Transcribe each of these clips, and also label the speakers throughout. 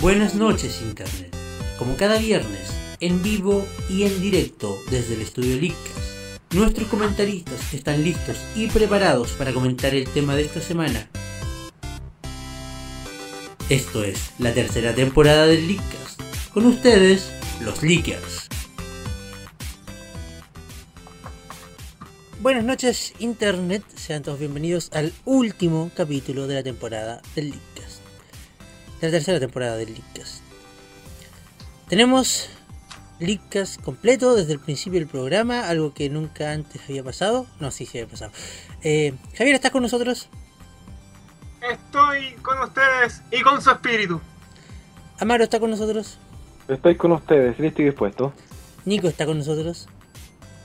Speaker 1: Buenas noches Internet, como cada viernes, en vivo y en directo desde el estudio Lickas. Nuestros comentaristas están listos y preparados para comentar el tema de esta semana. Esto es la tercera temporada del Leakcast. Con ustedes, los Leakers. Buenas noches, Internet. Sean todos bienvenidos al último capítulo de la temporada del Leakcast. De la tercera temporada del Leakcast. Tenemos Leakcast completo desde el principio del programa, algo que nunca antes había pasado. No, sí, sí había pasado. Eh, Javier, ¿estás con nosotros?
Speaker 2: Estoy con ustedes y con su espíritu.
Speaker 1: Amaro está con nosotros.
Speaker 3: Estoy con ustedes, listo y dispuesto.
Speaker 1: Nico está con nosotros.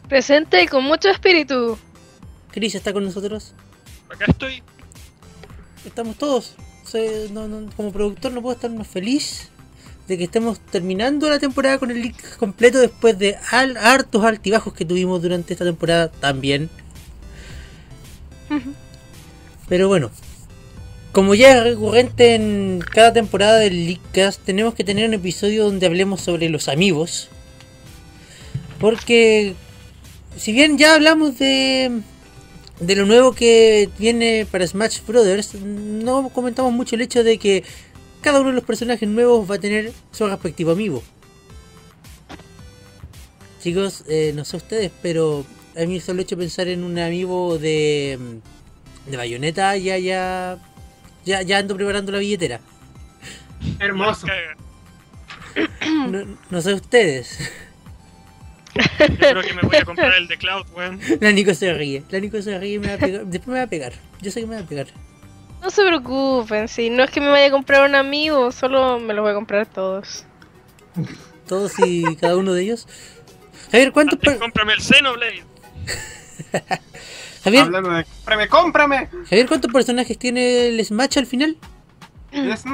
Speaker 4: Presente y con mucho espíritu.
Speaker 1: Cris está con nosotros.
Speaker 5: Acá estoy.
Speaker 1: Estamos todos. Soy- no- no- como productor no puedo estar más feliz de que estemos terminando la temporada con el leak completo después de al- hartos altibajos que tuvimos durante esta temporada también. Pero bueno, como ya es recurrente en cada temporada del Leakcast, tenemos que tener un episodio donde hablemos sobre los amigos. Porque si bien ya hablamos de de lo nuevo que viene para Smash Brothers, no comentamos mucho el hecho de que cada uno de los personajes nuevos va a tener su respectivo amigo. Chicos, eh, no sé ustedes, pero a mí solo he hecho pensar en un amigo de, mm, de Bayonetta, ya, ya, ya, ya ando preparando la billetera.
Speaker 2: Hermoso.
Speaker 5: Caga.
Speaker 1: No, no sé ustedes.
Speaker 5: Yo creo que me voy a comprar el de Cloud, weón.
Speaker 1: La Nico se ríe, la Nico se ríe y me va a pegar. Después me va a pegar, yo sé que me va a pegar.
Speaker 4: No se preocupen, si no es que me vaya a comprar un amigo, solo me los voy a comprar todos.
Speaker 1: Todos y cada uno de ellos. Javier, ¿cuántos,
Speaker 5: Antes
Speaker 1: per-
Speaker 5: cómprame el Xenoblade.
Speaker 1: Javier,
Speaker 2: Hablando de cómprame, cómprame.
Speaker 1: Javier, ¿cuántos personajes tiene el Smash al final?
Speaker 2: Es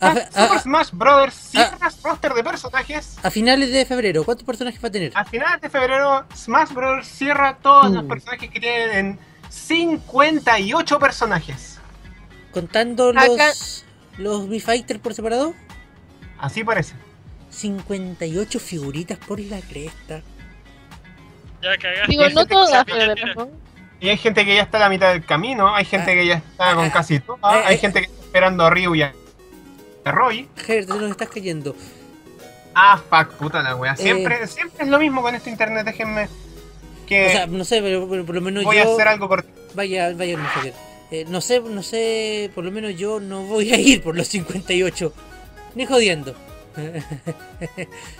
Speaker 1: A,
Speaker 2: Ah, Super
Speaker 1: a- a-
Speaker 2: Smash Brothers
Speaker 1: ah.
Speaker 2: cierra su roster de personajes.
Speaker 1: a finales de febrero, ¿cuántos personajes va a tener?
Speaker 2: A finales de febrero, Smash Brothers cierra todos los
Speaker 1: Mm.
Speaker 2: personajes que tienen en 58 personajes.
Speaker 1: Contando
Speaker 4: Acá-
Speaker 1: los, los Mi Fighter por separado,
Speaker 2: Así parece.
Speaker 1: 58 figuritas por la cresta.
Speaker 5: Ya cagaste.
Speaker 4: Digo, no
Speaker 2: gente que
Speaker 4: todas,
Speaker 5: se pilla
Speaker 4: pero
Speaker 5: entera.
Speaker 4: tampoco.
Speaker 2: Y hay gente que ya está a la mitad del camino, hay gente
Speaker 1: Ah.
Speaker 2: que ya está
Speaker 1: Ah.
Speaker 2: con casi todo,
Speaker 1: Ah,
Speaker 2: hay
Speaker 1: ah.
Speaker 2: gente que está esperando a Ryu y a a Roy.
Speaker 1: Javier, te nos estás cayendo.
Speaker 2: Ah, fuck, puta la
Speaker 1: Eh.
Speaker 2: wea. Siempre, siempre es lo mismo con este internet, déjenme que
Speaker 1: O sea, no sé, pero, pero por lo menos
Speaker 2: Eh, voy
Speaker 1: yo.
Speaker 2: a hacer algo corto.
Speaker 1: Vaya, vaya, no, Javier. Eh, no sé, no sé, por lo menos yo no voy a ir por los 58. Ni jodiendo.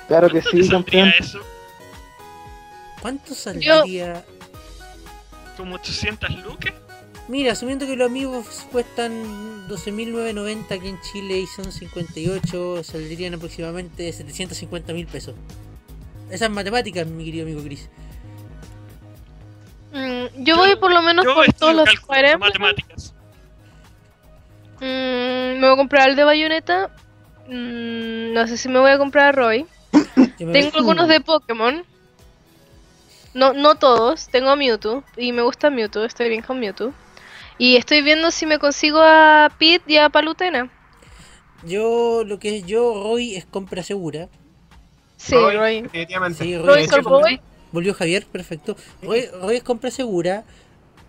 Speaker 3: Claro que
Speaker 5: ¿Te
Speaker 3: sí,
Speaker 5: saldría
Speaker 3: campeón.
Speaker 5: eso?
Speaker 1: ¿Cuánto saldría?
Speaker 5: ¿Como 800 lucas?
Speaker 1: Mira, asumiendo que los amigos cuestan 12.990 aquí en Chile y son 58, saldrían aproximadamente 750 mil pesos. Esas matemáticas, mi querido amigo Chris.
Speaker 4: Mm, yo voy por lo menos
Speaker 5: Yo
Speaker 4: por
Speaker 5: estoy
Speaker 4: todos
Speaker 5: en
Speaker 4: los
Speaker 5: cálculo,
Speaker 4: Fire Emblem.
Speaker 5: matemáticas.
Speaker 4: Mm, me voy a comprar el de Bayonetta. Mm, no sé si me voy a comprar a Roy.
Speaker 1: Yo me-
Speaker 4: Tengo algunos de Pokémon. No, no todos. Tengo a Mewtwo. Y me gusta Mewtwo. Estoy bien con Mewtwo. Y estoy viendo si me consigo a Pete y a Palutena.
Speaker 1: Yo, lo que es yo, Roy es compra segura.
Speaker 4: Sí,
Speaker 2: Roy,
Speaker 4: Roy.
Speaker 2: definitivamente.
Speaker 1: Sí, Roy,
Speaker 4: Roy,
Speaker 1: de
Speaker 4: Soul
Speaker 1: hecho,
Speaker 4: Boy.
Speaker 1: Volvió Javier, perfecto. Roy, Roy es compra segura.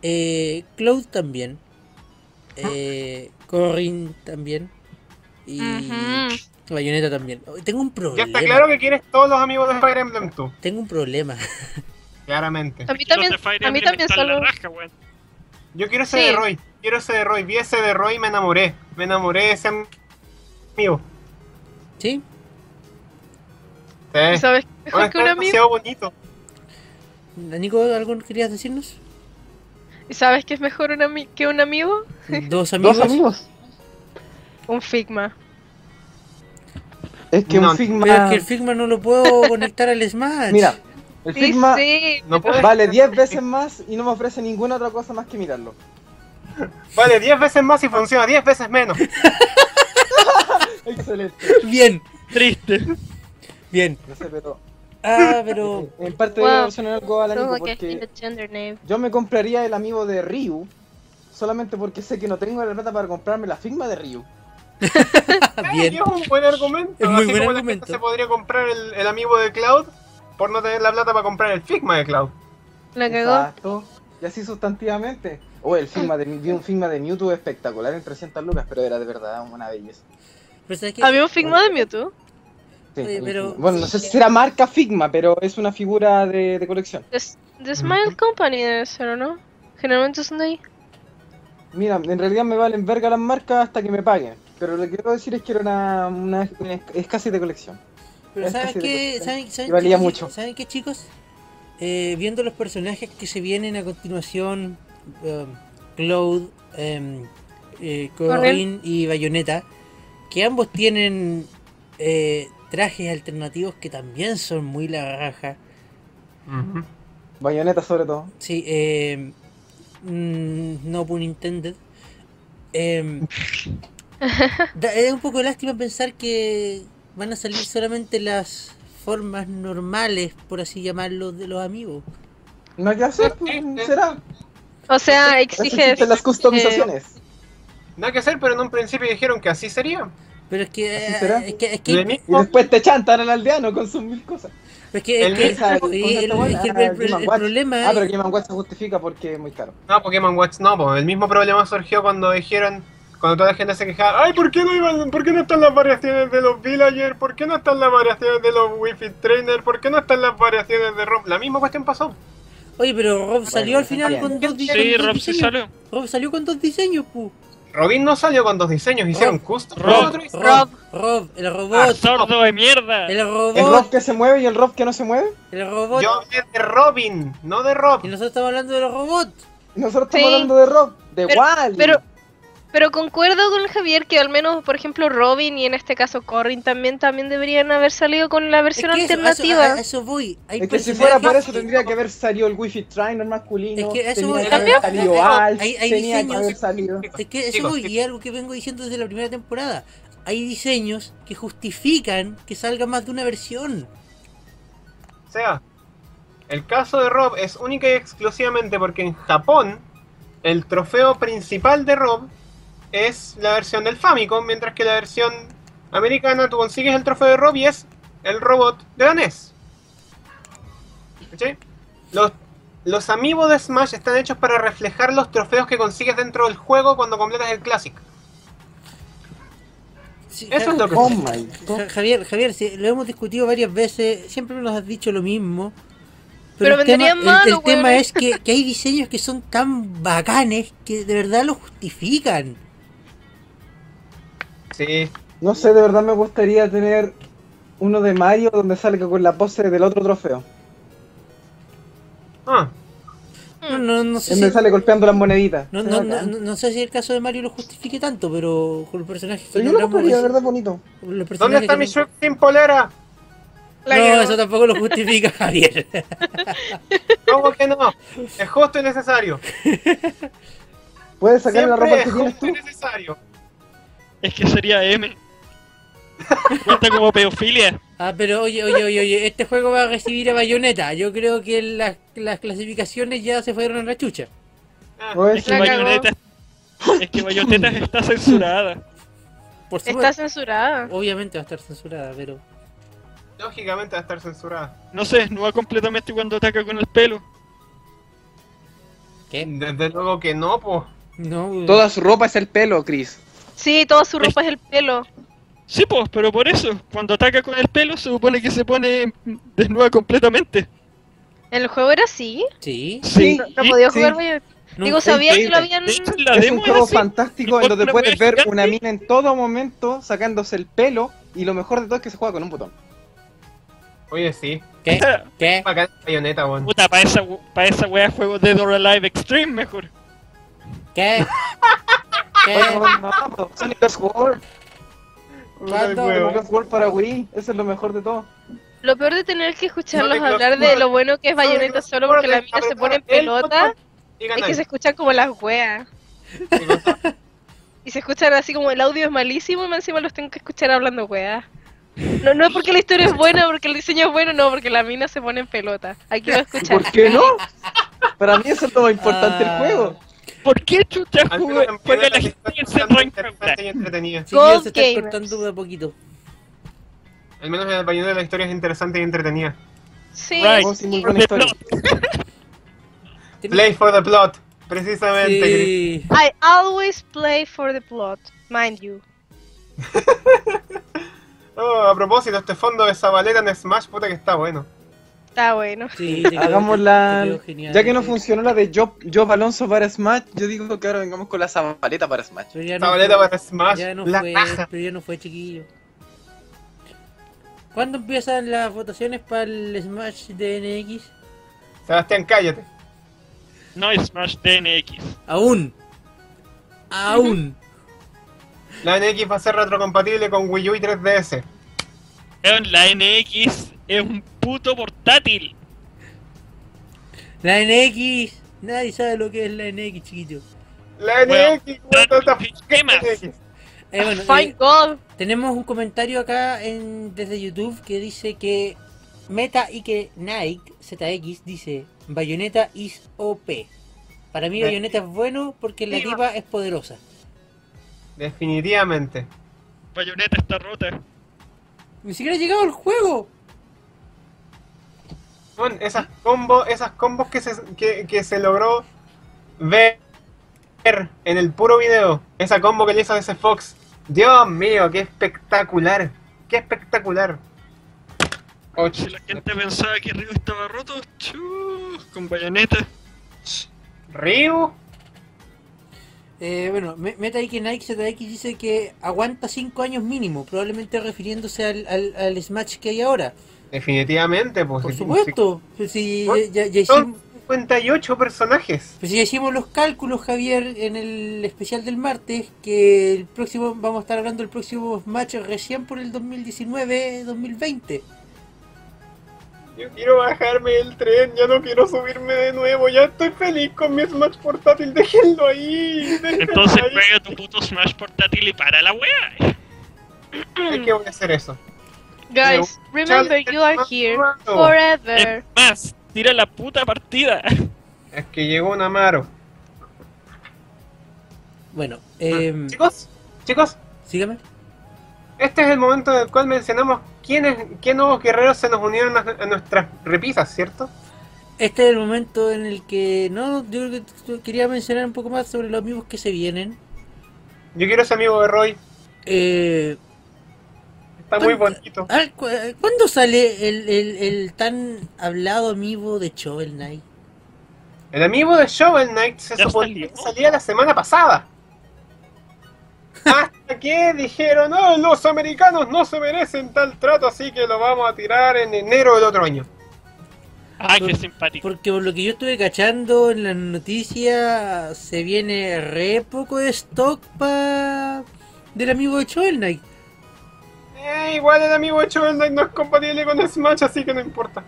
Speaker 1: Eh, Cloud también.
Speaker 4: Ah.
Speaker 1: Eh, Corrin también. Y
Speaker 4: Ujú.
Speaker 1: Bayonetta también. Tengo un
Speaker 2: Ya
Speaker 1: problema.
Speaker 2: está claro que quieres todos los amigos de Fire Emblem tú,
Speaker 1: Tengo un problema.
Speaker 2: claramente.
Speaker 4: A mí también,
Speaker 5: los de Fire
Speaker 4: a mí
Speaker 5: Emblem
Speaker 4: también
Speaker 5: están
Speaker 4: solo.
Speaker 5: la raja, weón.
Speaker 2: Yo quiero ese
Speaker 4: Sí.
Speaker 2: de Roy, quiero ese de Roy, vi ese de Roy y me enamoré, me enamoré de ese amigo.
Speaker 1: ¿Sí?
Speaker 2: Sí.
Speaker 4: ¿Sabes?
Speaker 2: Bueno,
Speaker 4: Mejor que
Speaker 2: está
Speaker 4: un amigo.
Speaker 2: demasiado bonito.
Speaker 1: Nico, ¿algo querías decirnos?
Speaker 4: ¿Y sabes qué es mejor un ami- que un amigo?
Speaker 1: Dos amigos.
Speaker 3: ¿Dos amigos?
Speaker 4: Un Figma.
Speaker 3: Es que
Speaker 2: No,
Speaker 3: un Figma...
Speaker 1: Pero es que el Figma no lo puedo conectar al Smash.
Speaker 3: Mira, el
Speaker 4: Sí,
Speaker 3: Figma
Speaker 4: sí.
Speaker 2: No puedes-
Speaker 3: vale 10 veces más y no me ofrece ninguna otra cosa más que mirarlo.
Speaker 2: Vale, 10 veces más y funciona 10 veces menos.
Speaker 3: Excelente.
Speaker 1: Bien,
Speaker 5: Triste.
Speaker 1: bien.
Speaker 3: No sé, pero...
Speaker 1: Ah, pero.
Speaker 3: En parte
Speaker 4: Wow.
Speaker 3: debo mencionar algo a la Nico,
Speaker 4: Como que
Speaker 3: porque...
Speaker 4: es gender name.
Speaker 3: Yo me compraría el amigo de Ryu solamente porque sé que no tengo la plata para comprarme la firma de Ryu.
Speaker 2: Ay,
Speaker 1: Bien.
Speaker 2: Es un buen argumento.
Speaker 1: Es muy
Speaker 2: Así
Speaker 1: buen
Speaker 2: como la
Speaker 1: argumento.
Speaker 2: gente se podría comprar el, el amigo de Cloud por no tener la plata para comprar el Figma de Cloud.
Speaker 4: La cagó. Mm.
Speaker 3: Exacto. Y así sustantivamente. Oh, el Figma de, vi un Figma de Mewtwo espectacular en 300 lucas, pero era de verdad una belleza.
Speaker 1: Pero sabes que
Speaker 4: Había un Figma de Mewtwo.
Speaker 3: Sí,
Speaker 1: Oye,
Speaker 3: el
Speaker 1: pero-
Speaker 3: Figma. Bueno, no sé si era marca Figma, pero es una figura de, de colección.
Speaker 4: The, The Smile Company debe ser, ¿o no? Generalmente son de ahí.
Speaker 3: Mira, en realidad me valen verga las marcas hasta que me paguen. Pero lo que quiero decir es que era una, una, una esc- es casi de colección.
Speaker 1: Pero
Speaker 3: Es
Speaker 1: ¿sabes
Speaker 3: casi
Speaker 1: qué?
Speaker 3: de-
Speaker 1: ¿Saben, saben
Speaker 3: y valía
Speaker 1: qué,
Speaker 3: mucho.
Speaker 1: ¿Saben qué, chicos? Eh, viendo los personajes que se vienen a continuación, eh, Cloud, eh, eh, Corrin y Bayonetta, que ambos tienen eh, trajes alternativos que también son muy la raja.
Speaker 3: Bayoneta sobre todo.
Speaker 1: Sí, eh, mm, no pun intended. Eh, da- es un poco lástima pensar que van a salir solamente las formas normales, por así llamarlo, de los amigos.
Speaker 3: No hay que hacer, pues, será.
Speaker 4: O sea,
Speaker 3: Así
Speaker 4: exige.
Speaker 3: existen las customizaciones.
Speaker 2: Nada que hacer, pero en un principio dijeron que así sería.
Speaker 1: Pero es que, eh,
Speaker 3: Así será.
Speaker 1: es que, es que,
Speaker 2: Y el
Speaker 1: es
Speaker 3: Y
Speaker 2: mismo-
Speaker 3: después te chantan al aldeano con sus mil cosas.
Speaker 1: que, es
Speaker 2: el
Speaker 1: que-
Speaker 2: Nexus
Speaker 1: oye,
Speaker 3: con
Speaker 1: el-
Speaker 3: esta buena,
Speaker 1: es que el- el-
Speaker 3: Game
Speaker 1: el
Speaker 3: Watch.
Speaker 1: problema
Speaker 3: Ah, pero
Speaker 1: es,
Speaker 3: Game Watch se justifica porque es muy caro.
Speaker 2: No, Pokémon Watch no, po. el mismo problema surgió cuando dijeron, cuando toda la gente se quejaba, ay, ¿por qué no, iban, ¿por qué no están las variaciones de los Villager? ¿Por qué no están las variaciones de los Wi-Fi Trainer? ¿Por qué no están las variaciones de Rom? La misma cuestión pasó.
Speaker 1: oye, pero Rob salió al
Speaker 3: se
Speaker 1: final con
Speaker 3: entiende.
Speaker 1: dos, di- con
Speaker 5: Sí,
Speaker 1: dos
Speaker 5: Rob sí
Speaker 1: diseños.
Speaker 5: salió.
Speaker 1: Rob salió con dos diseños, pu.
Speaker 2: Robin no salió con dos diseños, hicieron custom.
Speaker 5: Rob.
Speaker 2: Otro diseño.
Speaker 1: Rob, Rob, el
Speaker 5: ¡Ah,
Speaker 1: robot,
Speaker 5: sordo de mierda!
Speaker 1: el
Speaker 3: El Rob
Speaker 1: robot,
Speaker 3: que se mueve y el Rob que no se mueve.
Speaker 1: el robot.
Speaker 2: Yo hablé de Robin, no de Rob.
Speaker 1: Y nosotros estamos hablando de los robots.
Speaker 3: Y Nosotros
Speaker 4: Sí.
Speaker 3: estamos hablando de Rob, de
Speaker 4: Pero-
Speaker 3: Wally.
Speaker 4: Pero, eh, pero concuerdo con Javier que al menos, por ejemplo, Robin y en este caso Corrin también, también deberían haber salido con la versión
Speaker 1: que eso- ah,
Speaker 4: alternativa.
Speaker 1: a- a eso voy. Hay
Speaker 3: es que si
Speaker 1: personajes
Speaker 3: fuera por eso
Speaker 1: que-
Speaker 3: tendría que haber salido el Wi-Fi Trainer masculino.
Speaker 1: Es que eso voy-
Speaker 3: tenía que
Speaker 1: ¿Cambió?
Speaker 3: haber salido
Speaker 1: Hay-
Speaker 3: Alf,
Speaker 1: hay- hay
Speaker 3: tenía que
Speaker 1: diseños.
Speaker 3: haber salido.
Speaker 1: Es que eso
Speaker 2: Chicos,
Speaker 1: voy,
Speaker 2: chicos.
Speaker 1: y algo que vengo diciendo desde la primera temporada. Hay diseños que justifican que salga más de una versión.
Speaker 2: O sea, el caso de Rob es única y exclusivamente porque en Japón el trofeo principal de Rob es la versión del Famicom, mientras que la versión americana tú consigues el trofeo de Rob y es el robot de la NES. ¿Cachai? Los, los amigos de Smash están hechos para reflejar los trofeos que consigues dentro del juego cuando completas el Classic.
Speaker 1: Sí,
Speaker 2: Eso
Speaker 1: Ja-
Speaker 2: es lo que...
Speaker 3: Oh my god.
Speaker 1: Ja- Javier, Javier, sí, lo hemos discutido varias veces, siempre nos has dicho lo mismo.
Speaker 4: Pero
Speaker 1: el tema,
Speaker 4: venderían
Speaker 1: el-
Speaker 4: mal,
Speaker 1: el,
Speaker 4: los
Speaker 1: tema
Speaker 4: hueones.
Speaker 1: es que, que hay diseños que son tan bacanes que de verdad lo justifican.
Speaker 2: Sí,
Speaker 3: No sé, de verdad me gustaría tener uno de Mario donde salga con la pose del otro trofeo.
Speaker 2: ah,
Speaker 1: No, no, no sé
Speaker 3: Él
Speaker 1: si-
Speaker 3: me sale golpeando las moneditas.
Speaker 1: No,
Speaker 3: Se
Speaker 1: no,
Speaker 3: ve
Speaker 1: no,
Speaker 3: bacán.
Speaker 1: no- no sé si el caso de Mario lo justifique tanto, pero con los personajes que
Speaker 3: Pero yo lo
Speaker 1: nombramos
Speaker 3: compraría, de
Speaker 1: recién-
Speaker 3: verdad, bonito.
Speaker 1: los personajes
Speaker 2: ¿dónde está
Speaker 1: que
Speaker 2: mi
Speaker 1: nom-
Speaker 2: Shrek sin polera?
Speaker 4: La
Speaker 1: No,
Speaker 4: cagó.
Speaker 1: eso tampoco lo justifica Javier.
Speaker 2: ¿Cómo que no? Es justo y necesario.
Speaker 3: Puedes sacar la ropa que
Speaker 2: es
Speaker 3: tienes
Speaker 2: justo
Speaker 3: tú.
Speaker 2: y necesario.
Speaker 5: Es que sería M. Cuenta como pedofilia.
Speaker 1: Ah, pero oye, oye, oye, oye, este juego va a recibir a Bayonetta. Yo creo que las, las clasificaciones ya se fueron a la chucha.
Speaker 2: Ah,
Speaker 3: Puedes
Speaker 5: Es que
Speaker 4: La cagó.
Speaker 5: Bayonetta. Es que Bayonetta está censurada.
Speaker 1: Por supuesto,
Speaker 4: Está censurada.
Speaker 1: obviamente va a estar censurada, pero...
Speaker 2: Lógicamente va a estar censurada.
Speaker 5: No se desnuda completamente cuando ataca con el pelo.
Speaker 1: ¿Qué?
Speaker 2: Eh, Desde luego que no, po.
Speaker 1: No,
Speaker 3: su ropa es el pelo, Chris.
Speaker 4: Sí, toda su ropa es el pelo.
Speaker 5: Sí, pues, pero por eso, cuando ataca con el pelo se supone que se pone desnuda completamente.
Speaker 4: ¿En el juego era así?
Speaker 1: Sí.
Speaker 3: Sí,
Speaker 4: No podía
Speaker 3: sí.
Speaker 4: jugar Bayonetta. Digo,
Speaker 1: Nunca-
Speaker 4: sabía que lo habían...
Speaker 5: De hecho, la
Speaker 3: Es un
Speaker 5: demo era
Speaker 3: juego
Speaker 5: así.
Speaker 3: fantástico en
Speaker 5: Con
Speaker 3: donde
Speaker 5: una
Speaker 3: puedes
Speaker 5: wea
Speaker 3: ver
Speaker 5: gigante.
Speaker 3: una mina en todo momento sacándose el pelo y lo mejor de todo es que se juega con un botón.
Speaker 2: Oye, sí.
Speaker 1: ¿Qué? ¿Qué?
Speaker 2: Acá en bayoneta, weón.
Speaker 5: Eh, Puta, para esa, pa esa wea juego Dead or Alive Extreme mejor.
Speaker 1: ¿Qué? ¿Qué?
Speaker 3: Oye, no, pero Sonic Lost World,
Speaker 2: Puta el
Speaker 1: ¿cuándo?
Speaker 2: huevo.
Speaker 3: Sonic Lost World para Wii, eso es lo mejor de todo.
Speaker 4: Lo peor de tener que escucharlos
Speaker 2: Sonic los
Speaker 4: hablar de
Speaker 2: World.
Speaker 4: lo bueno que es Bayonetta solo porque la mina se pone en pelota
Speaker 2: Y
Speaker 4: es
Speaker 2: ganáis.
Speaker 4: que se escuchan como las weas. Y se escuchan así como el audio es malísimo y más encima los tengo que escuchar hablando weas. No, no es porque la historia es buena, porque el diseño es bueno, no, porque la mina se pone en pelota. Aquí lo
Speaker 3: ¿Y
Speaker 4: escuchan.
Speaker 3: por qué no? Para mí eso es lo más importante del
Speaker 1: Ah.
Speaker 3: juego.
Speaker 5: ¿Por qué chucha
Speaker 2: Al
Speaker 5: juega,
Speaker 2: menos en
Speaker 5: juega
Speaker 2: Bayonetta sí
Speaker 5: la
Speaker 2: está
Speaker 5: gente en ese
Speaker 2: bastante
Speaker 5: rank?
Speaker 2: interesante y y entretenida.
Speaker 1: Sí, ya
Speaker 4: Gold
Speaker 1: se está
Speaker 4: gamers.
Speaker 1: cortando de a poquito.
Speaker 2: Al menos en el Bayonetta la historia es interesante y entretenida.
Speaker 4: Sí.
Speaker 5: Right.
Speaker 3: Oh, sí, muy
Speaker 4: sí.
Speaker 3: buena historia.
Speaker 1: Tiene-
Speaker 2: Play for the plot, precisamente. Chris.
Speaker 1: Sí.
Speaker 4: I always play for the plot, mind you.
Speaker 2: Oh, a propósito, este fondo de Zabaleta en Smash, puta que está bueno.
Speaker 4: Está bueno.
Speaker 1: Sí, te quedó-
Speaker 3: Hagamos
Speaker 1: te
Speaker 3: la.
Speaker 1: quedó genial.
Speaker 3: Ya que no funcionó la de Job, Job Alonso para Smash, yo digo que ahora vengamos con la zapaleta para Smash.
Speaker 1: Pero ya no
Speaker 2: Zabaleta
Speaker 1: fue-
Speaker 2: para Smash,
Speaker 1: Ya no
Speaker 2: la
Speaker 1: fue,
Speaker 2: caja.
Speaker 1: pero ya no fue chiquillo. ¿Cuándo empiezan las votaciones para el Smash de NX?
Speaker 2: Sebastián, cállate.
Speaker 5: No es Smash DNX.
Speaker 1: Aún. Aún.
Speaker 2: La NX va a ser retrocompatible con Wii U y 3DS.
Speaker 5: Weón, La NX es un puto portátil.
Speaker 1: La NX. Nadie sabe lo que es la NX, chiquillo.
Speaker 2: La
Speaker 5: Bueno,
Speaker 2: NX, what the fuck,
Speaker 5: ¿qué más?
Speaker 2: NX?
Speaker 1: Eh, bueno,
Speaker 4: Fine
Speaker 1: eh,
Speaker 4: God.
Speaker 1: tenemos un comentario acá en, desde YouTube que dice que Meta y que Nike ZX dice Bayonetta is OP. Para mí
Speaker 2: Me-
Speaker 1: Bayonetta es bueno porque la
Speaker 2: Viva.
Speaker 1: tipa es poderosa.
Speaker 2: Definitivamente.
Speaker 5: Bayonetta está rota.
Speaker 1: Ni siquiera ha llegado el juego.
Speaker 2: Bueno, esas combos, esas combos que se, que, que se logró ver en el puro video. Esa combo que le hizo a ese Fox. Dios mío, qué espectacular. Qué espectacular. Och,
Speaker 5: Si la gente pensaba que Ryu estaba roto, chuu, con Bayonetta.
Speaker 2: Ryu.
Speaker 1: Eh, bueno, Me- Meta Ike Nike ZX dice que aguanta 5 años mínimo, probablemente refiriéndose al, al, al Smash que hay ahora.
Speaker 2: Definitivamente, pues.
Speaker 1: Por
Speaker 2: si-
Speaker 1: supuesto, pues si
Speaker 2: Bueno,
Speaker 1: ya, ya- ya
Speaker 2: si- Son
Speaker 1: hicimos,
Speaker 2: 58 personajes.
Speaker 1: pues si ya hicimos los cálculos, Javier, en el especial del martes, que el próximo vamos a estar hablando del próximo Smash recién por el 2019-2020.
Speaker 2: Yo quiero bajarme del tren, ya no quiero subirme de nuevo. Ya estoy feliz con mi Smash portátil. Déjenlo ahí. déjenlo
Speaker 5: Entonces
Speaker 2: ahí.
Speaker 5: juega tu puto Smash portátil y para la wea.
Speaker 2: Es que voy a hacer eso.
Speaker 4: Guys, remember
Speaker 2: Chale,
Speaker 4: you are
Speaker 2: más
Speaker 4: here
Speaker 2: raro.
Speaker 4: forever.
Speaker 5: Es más, tira la puta partida.
Speaker 2: Es que llegó un Amaro.
Speaker 1: Bueno, eh,
Speaker 2: Chicos, chicos,
Speaker 1: sígame.
Speaker 2: este es el momento en el cual mencionamos quiénes, qué nuevos guerreros se nos unieron a, a nuestras repisas, ¿cierto?
Speaker 1: Este es el momento en el que, no, yo creo que tú- quería mencionar un poco más sobre los amigos que se vienen.
Speaker 2: Yo quiero ese amigo de Roy,
Speaker 1: Eh,
Speaker 2: está muy
Speaker 1: ¿Cuánto?
Speaker 2: bonito.
Speaker 1: Ah, cu- eh, ¿Cuándo sale el, el- el tan hablado amigo de Shovel Knight?
Speaker 2: El amigo de Shovel Knight se
Speaker 5: ¿Ya
Speaker 2: suponía
Speaker 5: salió?
Speaker 2: que salía la semana pasada. Hasta que dijeron, no, los americanos no se merecen tal trato, así que lo vamos a tirar en enero del otro año.
Speaker 5: Ah,
Speaker 1: Por-
Speaker 5: qué simpático.
Speaker 1: Porque por lo que yo estuve cachando en las noticias, se viene re poco de stock pa... del amigo de Shovel Knight.
Speaker 2: Eh, igual el amigo de Shovel Knight no es compatible con Smash, así que no importa.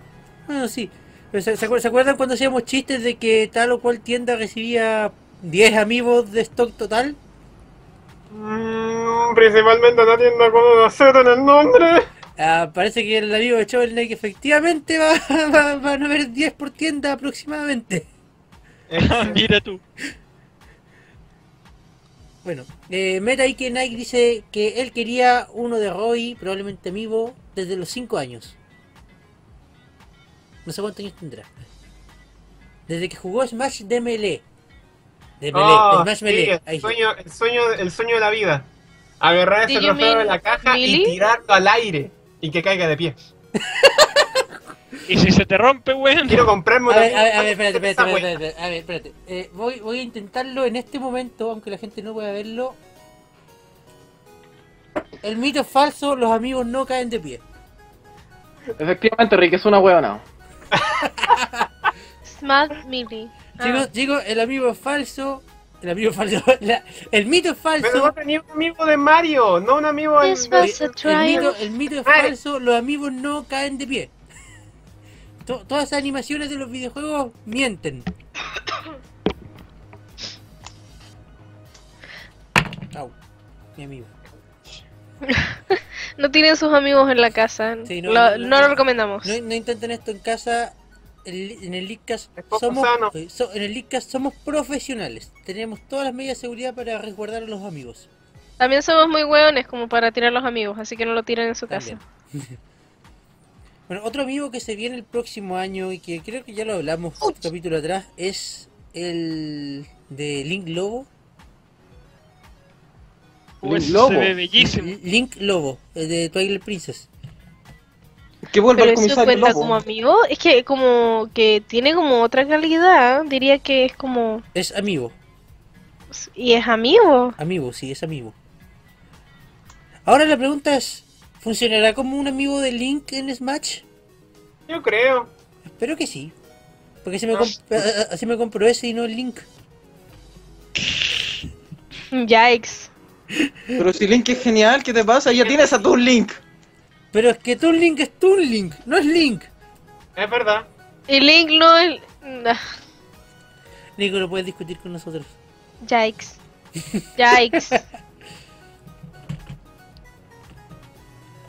Speaker 1: Ah, sí. Pero ¿Se, se acuer- se acuerdan cuando hacíamos chistes de que tal o cual tienda recibía 10 amigos de stock total?
Speaker 2: Mm, principalmente no tienda con un acero en el nombre.
Speaker 1: Ah, parece que el amigo de Shovel Knight efectivamente va, va- van a haber 10 por tienda aproximadamente.
Speaker 5: Ah, Mira tú.
Speaker 1: Bueno, eh, Meta Ike Nike dice que él quería uno de Roy, probablemente vivo, desde los 5 años. No sé cuántos años tendrá. Desde que jugó Smash de Melee. De Melee,
Speaker 2: Ah,
Speaker 1: Smash
Speaker 2: sí,
Speaker 1: Melee. Ahí
Speaker 2: el,
Speaker 1: está.
Speaker 2: sueño, el, sueño, el sueño de la vida. Agarrar
Speaker 4: Do
Speaker 2: ese
Speaker 4: you
Speaker 2: trofeo
Speaker 4: mean
Speaker 2: de la caja y
Speaker 4: really?
Speaker 2: tirarlo al aire y que caiga de pie.
Speaker 5: Y si se te rompe, weón.
Speaker 2: Quiero comprarme
Speaker 1: A
Speaker 2: una.
Speaker 1: ver, a ver, a ver, espérate,
Speaker 2: esa
Speaker 1: espérate,
Speaker 2: wea.
Speaker 1: espérate, espérate, a ver, espérate. Eh, voy, voy a intentarlo en este momento, aunque la gente no pueda verlo. El mito es falso, los amigos no caen de pie.
Speaker 3: Efectivamente, Rick es una huevona.
Speaker 4: Smash Millie. Ah,
Speaker 1: Chicos, chicos, el amigo es falso. El amigo es falso. la- el mito es
Speaker 2: Pero no
Speaker 1: falso.
Speaker 2: tenía un amigo de Mario, no un amigo de.
Speaker 4: Yes, but- It's a
Speaker 1: el, mito,
Speaker 4: triumph.
Speaker 1: el mito es
Speaker 2: Ay.
Speaker 1: falso, los amigos no caen de pie. To- todas las animaciones de los videojuegos mienten. Au, mi amigo.
Speaker 4: No tienen sus amigos en la casa.
Speaker 1: Sí, no,
Speaker 4: Lo-
Speaker 1: no,
Speaker 4: no,
Speaker 1: no, no.
Speaker 4: lo recomendamos.
Speaker 1: No, no intenten esto en casa. el- en el Leadcast
Speaker 2: Es poco
Speaker 1: somos,
Speaker 2: sano.
Speaker 1: eh, so- en el Leadcast somos profesionales. Tenemos todas las medidas de seguridad para resguardar a los amigos.
Speaker 4: También somos muy hueones como para tirar los amigos, así que no lo tiren en su casa.
Speaker 1: También. bueno, otro amigo que se viene el próximo año y que creo que ya lo hablamos un capítulo atrás es el de Link Lobo.
Speaker 5: Uh, ese
Speaker 3: Lobo.
Speaker 5: se ve bellísimo.
Speaker 1: L- Link Lobo, el de Twilight Princess.
Speaker 3: Que vuelva
Speaker 4: Pero
Speaker 3: el
Speaker 4: eso
Speaker 3: comisario
Speaker 4: cuenta
Speaker 3: Lobo.
Speaker 4: como amigo, es que como que tiene como otra calidad, diría que es como
Speaker 1: Es amigo,
Speaker 4: y es amigo.
Speaker 1: amigo, sí, es amigo. Ahora la pregunta es, ¿funcionará como un amigo de Link en Smash?
Speaker 2: Yo creo.
Speaker 1: Espero que sí. Porque se me,
Speaker 2: No.
Speaker 1: comp- a- a- así me compro ese y no el Link.
Speaker 4: Yikes.
Speaker 3: Pero si Link es genial, ¿qué te pasa? Ya tienes a tu Link.
Speaker 1: Pero es que Toon Link es Toon Link, no es Link.
Speaker 2: Es verdad.
Speaker 4: Y Link no es... nah,
Speaker 1: Nico, lo puedes discutir con nosotros.
Speaker 4: Yikes. Yikes.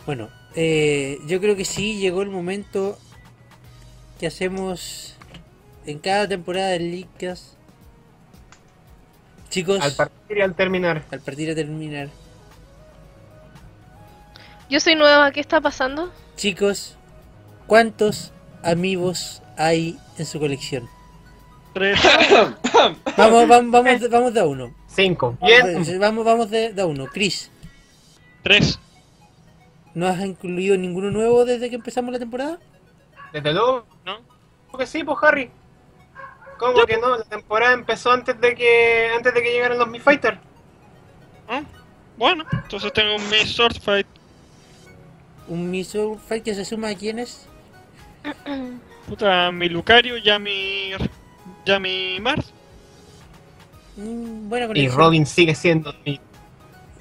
Speaker 1: Bueno, eh, yo creo que sí llegó el momento que hacemos en cada temporada de Lickas. Chicos,
Speaker 2: Al partir y al terminar.
Speaker 1: al partir de terminar.
Speaker 4: Yo soy nueva, ¿qué está pasando?
Speaker 1: Chicos, ¿cuántos amigos hay en su colección?
Speaker 5: Tres.
Speaker 1: Vamos, vamos, vamos, de- vamos de a uno.
Speaker 2: Cinco.
Speaker 1: Ah,
Speaker 2: Bien.
Speaker 1: Vamos, vamos de, de a uno. Chris,
Speaker 5: Tres.
Speaker 1: ¿no has incluido ninguno nuevo desde que empezamos la temporada?
Speaker 2: Desde luego
Speaker 5: ¿No?
Speaker 2: que sí, pues Harry. ¿Cómo que no? La temporada empezó antes de que antes de que llegaran los Mi Fighter.
Speaker 5: Ah, Bueno, entonces tengo mi sword fight.
Speaker 1: Un Miso Fight que se suma a quienes.
Speaker 5: Puta, mi Lucario, ya mi. Ya mi Mars.
Speaker 1: Mm, buena
Speaker 2: Y
Speaker 1: conexión.
Speaker 2: Robin sigue siendo mi-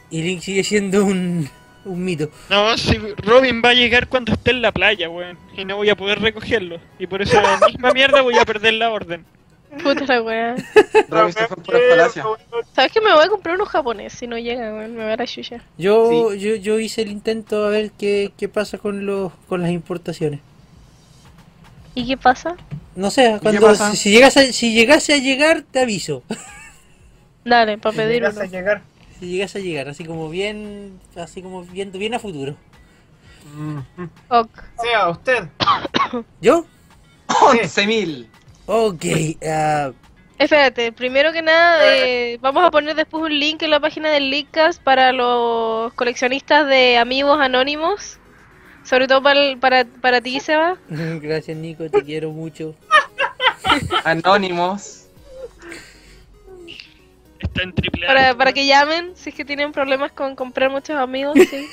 Speaker 1: Y Link sigue siendo un, un mito.
Speaker 5: No, si Robin va a llegar cuando esté en la playa, weón. Y no voy a poder recogerlo. Y por esa misma mierda voy a perder la orden.
Speaker 4: Puta la weá.
Speaker 3: Robin se fue por las palacias.
Speaker 4: ¿Sabes que me voy a comprar unos japoneses si no llegan, weón? Me va a la chucha.
Speaker 1: Yo, yo, yo hice el intento a ver qué, qué pasa con los con las importaciones.
Speaker 4: ¿Y qué pasa?
Speaker 1: No sé, cuando
Speaker 3: pasa?
Speaker 1: si, si llegas a- si llegase a llegar te aviso.
Speaker 4: Dale, para pedir
Speaker 2: Llegas
Speaker 4: uno.
Speaker 2: a llegar.
Speaker 1: Si llegas a llegar, así como bien, así como viendo bien a futuro.
Speaker 2: Mm.
Speaker 4: Ok.
Speaker 2: Sea usted.
Speaker 1: ¿Yo?
Speaker 3: 11.000.
Speaker 1: Ok, ah,
Speaker 4: Espérate, primero que nada, eh, vamos a poner después un link en la página del Linkcast para los coleccionistas de amigos anónimos. Sobre todo para, el- para, para ti, Seba.
Speaker 1: gracias Nico, te quiero mucho.
Speaker 3: Anónimos.
Speaker 5: Está en triple A.
Speaker 4: Para, para que llamen si es que tienen problemas con comprar muchos amigos. ¿sí?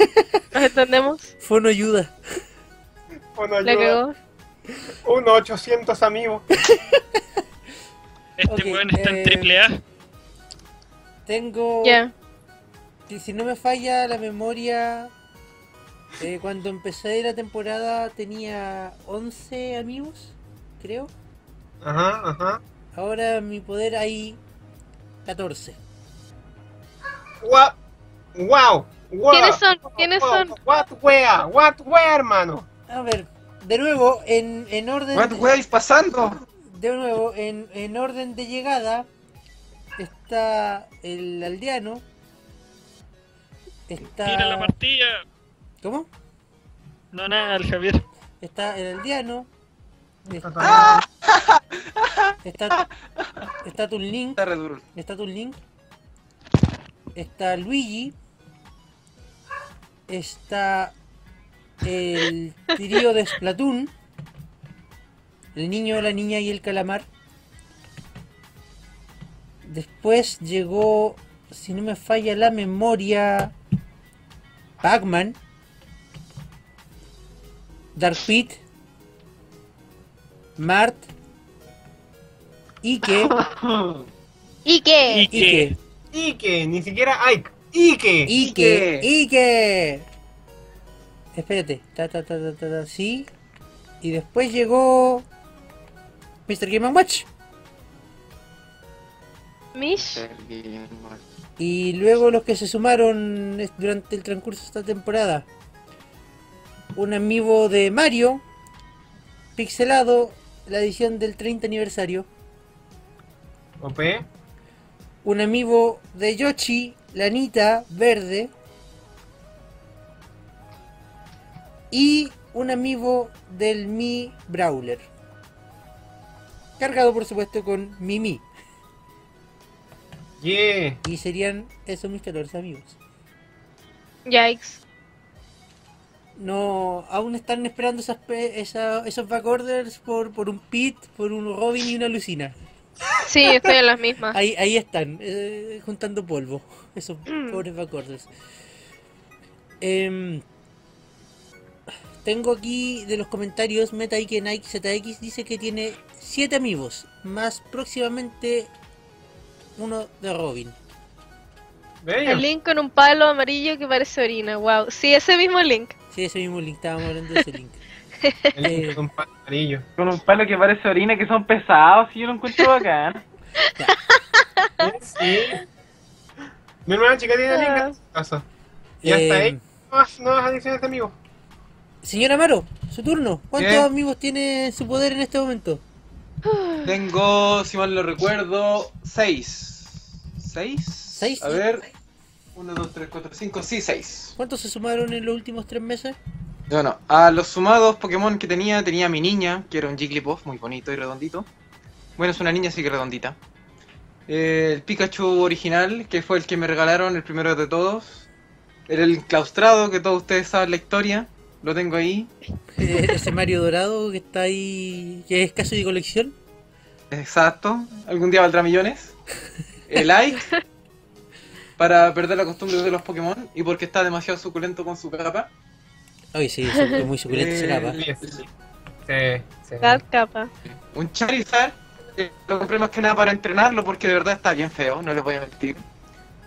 Speaker 4: Nos entendemos.
Speaker 1: Fono ayuda.
Speaker 2: Uno
Speaker 4: La
Speaker 2: ayuda.
Speaker 4: cagó.
Speaker 2: Uno 800 amigos.
Speaker 5: Este
Speaker 1: Ok,
Speaker 5: weón está
Speaker 1: eh,
Speaker 5: en triple A.
Speaker 1: Tengo,
Speaker 4: Ya.
Speaker 1: si- si no me falla la memoria, eh, cuando empecé la temporada tenía 11 amigos, creo.
Speaker 2: Ajá, ajá.
Speaker 1: Ahora en mi poder hay 14.
Speaker 2: Guau. Wow. Wow.
Speaker 4: ¿Quiénes son? ¿Quiénes
Speaker 2: Wow,
Speaker 4: son?
Speaker 2: What wea, what wea, hermano.
Speaker 1: A ver, de nuevo, en, en orden.
Speaker 3: What weis pasando?
Speaker 1: De nuevo, en, en orden de llegada está el aldeano.
Speaker 5: Tira la
Speaker 1: Está.
Speaker 5: partida.
Speaker 1: ¿Cómo?
Speaker 5: No, nada, el Javier.
Speaker 1: Está el aldeano. Está. Está, está Toon Link.
Speaker 3: Está re duro.
Speaker 1: Está Toon Link. Está Luigi. Está el trío de Splatoon. El niño, la niña y el calamar. Después llegó, si no me falla la memoria, Pac-Man. Dark Pit. Mart. Ike.
Speaker 4: ¿Y qué?
Speaker 5: Y que.
Speaker 1: Ike.
Speaker 2: Ike, ni siquiera Ike. Ike.
Speaker 1: Ike,
Speaker 3: Ike.
Speaker 1: Ike. Espérate, ta ta ta ta ta, ta, sí. Y después llegó Mr. Game Watch.
Speaker 4: Mish.
Speaker 1: Y luego los que se sumaron es- durante el transcurso de esta temporada. Un amigo de Mario. Pixelado, la edición del 30 aniversario.
Speaker 2: OP.
Speaker 1: Un amigo de Yoshi, lanita verde y un amiibo del Mi Brawler. Cargado por supuesto con Mimi.
Speaker 2: Yeah.
Speaker 1: Y serían esos mis 14 amigos.
Speaker 4: Yikes.
Speaker 1: No, aún están esperando esas pe- esa- esos back orders por, por un Pit, por un Robin y una Lucina.
Speaker 4: Sí, estoy en las mismas.
Speaker 1: Ahí, ahí están, eh, juntando polvo, esos pobres back orders. Em, tengo aquí de los comentarios Meta que Nike ZX dice que tiene 7 amigos, más próximamente uno de Robin.
Speaker 4: El
Speaker 2: Bello.
Speaker 4: link con un palo amarillo que parece orina. Wow. Sí, ese mismo link.
Speaker 1: Sí, ese mismo link, estábamos hablando de ese link.
Speaker 2: El link con pan amarillo.
Speaker 3: Con un palo que parece orina, que son pesados, y yo lo encuentro bacán.
Speaker 2: Sí. Mi hermana chica tiene el link en
Speaker 4: Ah.
Speaker 2: su casa. Y hasta
Speaker 1: Em,
Speaker 2: ahí nuevas, nuevas adiciones de amigos.
Speaker 1: Señora Maro, su turno. ¿Cuántos
Speaker 2: Bien.
Speaker 1: amigos tiene en su poder en este momento?
Speaker 3: Tengo, si mal no recuerdo, 6. ¿6?
Speaker 1: Seis.
Speaker 3: A ver. 1, 2, 3, 4, 5, sí, 6.
Speaker 1: ¿Cuántos se sumaron en los últimos tres meses?
Speaker 3: No, no. A los sumados Pokémon que tenía, tenía a mi niña, que era un Jigglypuff muy bonito y redondito. Bueno, es una niña, así que redondita. Eh, el Pikachu original, que fue el que me regalaron, el primero de todos. El enclaustrado, que todos ustedes saben la historia. Lo tengo ahí.
Speaker 1: Eh, ese Mario Dorado que está ahí, que es caso de colección.
Speaker 3: Exacto. Algún día valdrá millones. El like. para perder la costumbre de los Pokémon. Y porque está demasiado suculento con su capa.
Speaker 1: Ay, sí, es es muy suculento ese
Speaker 3: Eh,
Speaker 1: capa.
Speaker 2: Sí, sí.
Speaker 4: Bad capa.
Speaker 3: Un Charizard. eh, Lo compré más que nada para entrenarlo porque de verdad está bien feo, no les voy a mentir.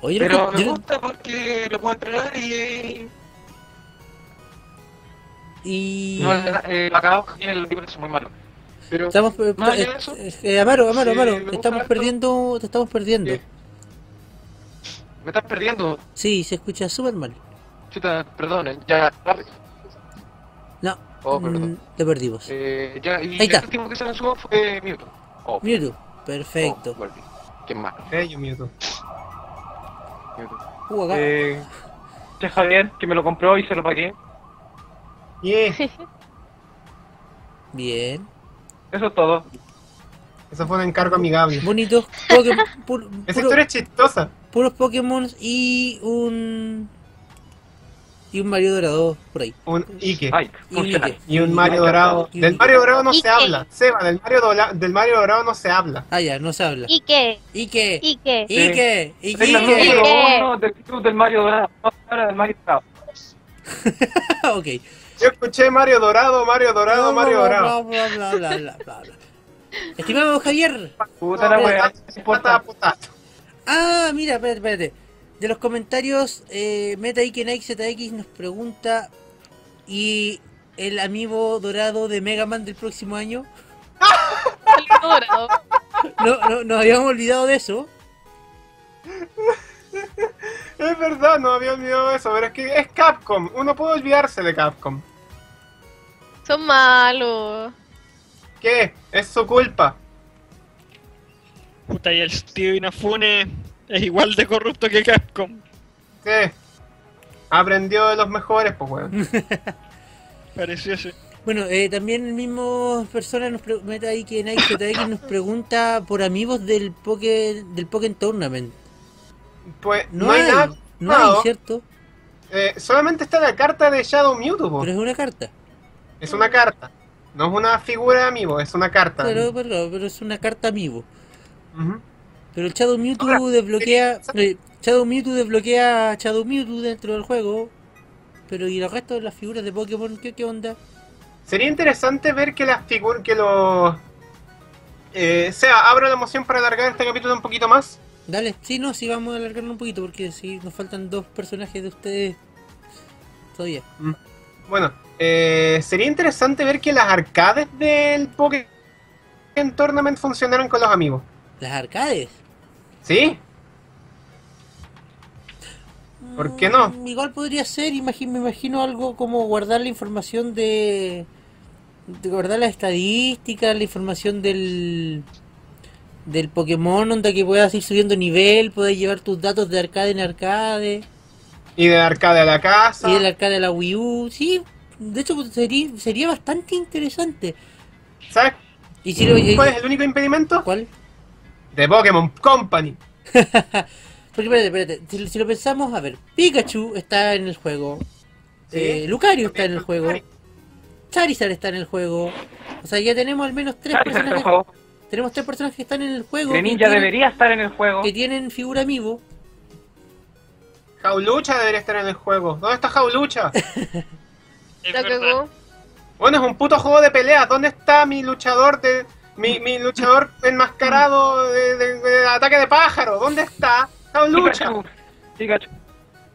Speaker 1: Oye, yo
Speaker 3: Pero
Speaker 1: lo,
Speaker 3: me
Speaker 1: yo lo-
Speaker 3: gusta porque lo puedo entrenar y...
Speaker 1: y
Speaker 3: No, eh, acá tiene el libro es muy malo. Pero...
Speaker 1: estamos eh,
Speaker 3: Más allá
Speaker 1: eh,
Speaker 3: de eso,
Speaker 1: eh, Amaro, Amaro,
Speaker 3: sí,
Speaker 1: Amaro,
Speaker 3: me
Speaker 1: te
Speaker 3: gusta
Speaker 1: estamos
Speaker 3: harto.
Speaker 1: perdiendo, te estamos perdiendo.
Speaker 3: Sí. Me estás perdiendo.
Speaker 1: Sí, se escucha súper mal.
Speaker 3: Chuta, perdón, eh, ya...
Speaker 1: No,
Speaker 3: Oh, perdón.
Speaker 1: mm, te perdimos.
Speaker 3: Eh, ya y
Speaker 1: Ahí está.
Speaker 3: el último que se me subió fue Mewtwo. Oh,
Speaker 1: Mewtwo,
Speaker 3: oh,
Speaker 1: perfecto.
Speaker 3: volví. Qué mal.
Speaker 2: Bello, Mewtwo.
Speaker 3: Mewtwo.
Speaker 1: Uh, acá.
Speaker 6: Eh, de Javier, que me lo compró y se lo pagué.
Speaker 2: Yeah.
Speaker 1: Bien.
Speaker 6: Eso es todo.
Speaker 2: Eso fue un encargo amigable.
Speaker 1: Bonitos Pokémon, pu-
Speaker 2: Esa
Speaker 1: puro-
Speaker 2: historia es chistosa.
Speaker 1: puros Pokémon y un. Y un Mario Dorado por ahí.
Speaker 2: Un Ike.
Speaker 6: Ay,
Speaker 1: Y un Ah,
Speaker 6: funciona.
Speaker 1: Ike.
Speaker 2: Y un Mario Dorado.
Speaker 1: Y un
Speaker 2: Del
Speaker 1: Ike.
Speaker 2: Mario Dorado no se
Speaker 4: Ike.
Speaker 2: habla. Seba, del Mario, Dola- del Mario Dorado no se habla.
Speaker 1: Ah, ya, no se habla.
Speaker 4: ¿Y qué?
Speaker 1: Ike,
Speaker 4: ¿Y qué?
Speaker 6: Sí.
Speaker 1: Ike, Ike,
Speaker 6: Regla
Speaker 1: Ike.
Speaker 6: número
Speaker 4: Ike.
Speaker 6: uno del club del Mario Dorado. No, ahora del Mario Dorado.
Speaker 1: Ok.
Speaker 2: Yo escuché Mario Dorado, Mario Dorado, Mario Dorado.
Speaker 1: Bla, bla, bla, bla, bla, bla, bla. Estimado Javier.
Speaker 6: Puta la wea.
Speaker 2: Patato,
Speaker 6: no importa.
Speaker 2: patato.
Speaker 1: Ah, mira, espérate, espérate. De los comentarios, eh, Meta Ike Nike ZX nos pregunta: ¿Y el amigo dorado de Mega Man del próximo año?
Speaker 4: Salió dorado.
Speaker 1: No, no, nos habíamos olvidado de eso.
Speaker 2: Es verdad, no había olvidado eso, pero es que es Capcom. Uno puede olvidarse de Capcom.
Speaker 4: Son malos.
Speaker 2: ¿Qué? Es su culpa.
Speaker 5: Puta, y el tío Inafune es igual de corrupto que Capcom.
Speaker 2: ¿Qué? Aprendió de los mejores, pues weón.
Speaker 1: Mm.
Speaker 5: Pareciese.
Speaker 1: Bueno, eh, también el mismo persona nos pre- meta ahí que Nike ZX nos pregunta por amigos del Poké del Pokémon Tournament.
Speaker 2: Pues
Speaker 1: No,
Speaker 2: no, hay, nada.
Speaker 1: no hay,
Speaker 2: confirmado.
Speaker 1: ¿cierto?
Speaker 2: Eh, solamente está la carta de Shadow Mewtwo. po.
Speaker 1: Pero es una carta.
Speaker 2: Es una carta. No es una figura de amigo, es una carta.
Speaker 1: Claro, pero, pero es una carta amigo.
Speaker 2: Ujú.
Speaker 1: Pero el Shadow Mewtwo
Speaker 2: Ahora,
Speaker 1: desbloquea. eh, Shadow Mewtwo desbloquea a Shadow Mewtwo dentro del juego. Pero ¿y el resto de las figuras de Pokémon? ¿Qué, qué onda?
Speaker 2: Sería interesante ver que las figuras, que los... Eh, sea, abro la moción para alargar este capítulo un poquito más.
Speaker 1: Dale, sí, no, sí, vamos a alargarlo un poquito porque sí, nos faltan dos personajes de ustedes todavía.
Speaker 2: Bueno, eh, sería interesante ver que las arcades del Pokémon Tournament funcionaron con los amigos.
Speaker 1: Las arcades.
Speaker 2: ¿Sí? ¿Por qué no?
Speaker 1: Mm, igual podría ser, imagi- me imagino algo como guardar la información de, de guardar la estadística, la información del del Pokémon, onda que puedas ir subiendo nivel, podés llevar tus datos de arcade en arcade,
Speaker 2: Y de arcade a la casa.
Speaker 1: y del arcade a la Wii U. Sí, de hecho pues, sería, sería bastante interesante.
Speaker 2: ¿Sabes
Speaker 1: Y si lo, y-
Speaker 2: cuál es el único impedimento?
Speaker 1: ¿Cuál?
Speaker 2: De Pokémon Company.
Speaker 1: Porque espérate, espérate, si, si lo pensamos, a ver, Pikachu está en el juego,
Speaker 2: Sí.
Speaker 1: eh, Lucario está en el juego, Charizard está en el juego, o sea, ya tenemos al menos tres
Speaker 6: Charizard está en el
Speaker 1: personajes,
Speaker 6: juego.
Speaker 1: tenemos tres personajes que están en el juego, que
Speaker 6: Greninja
Speaker 1: tienen,
Speaker 6: debería estar en el juego.
Speaker 1: que tienen figura amiibo,
Speaker 2: Jaulucha debería estar en el juego. ¿Dónde está Jaulucha?
Speaker 5: Es
Speaker 4: La
Speaker 5: verdad.
Speaker 4: cagó.
Speaker 2: Bueno, es un puto juego de peleas. ¿Dónde está mi luchador de. Mi, mi luchador enmascarado de, de- de ataque de pájaro? ¿Dónde está? ¡Jaulucha!
Speaker 6: Pikachu. Pikachu.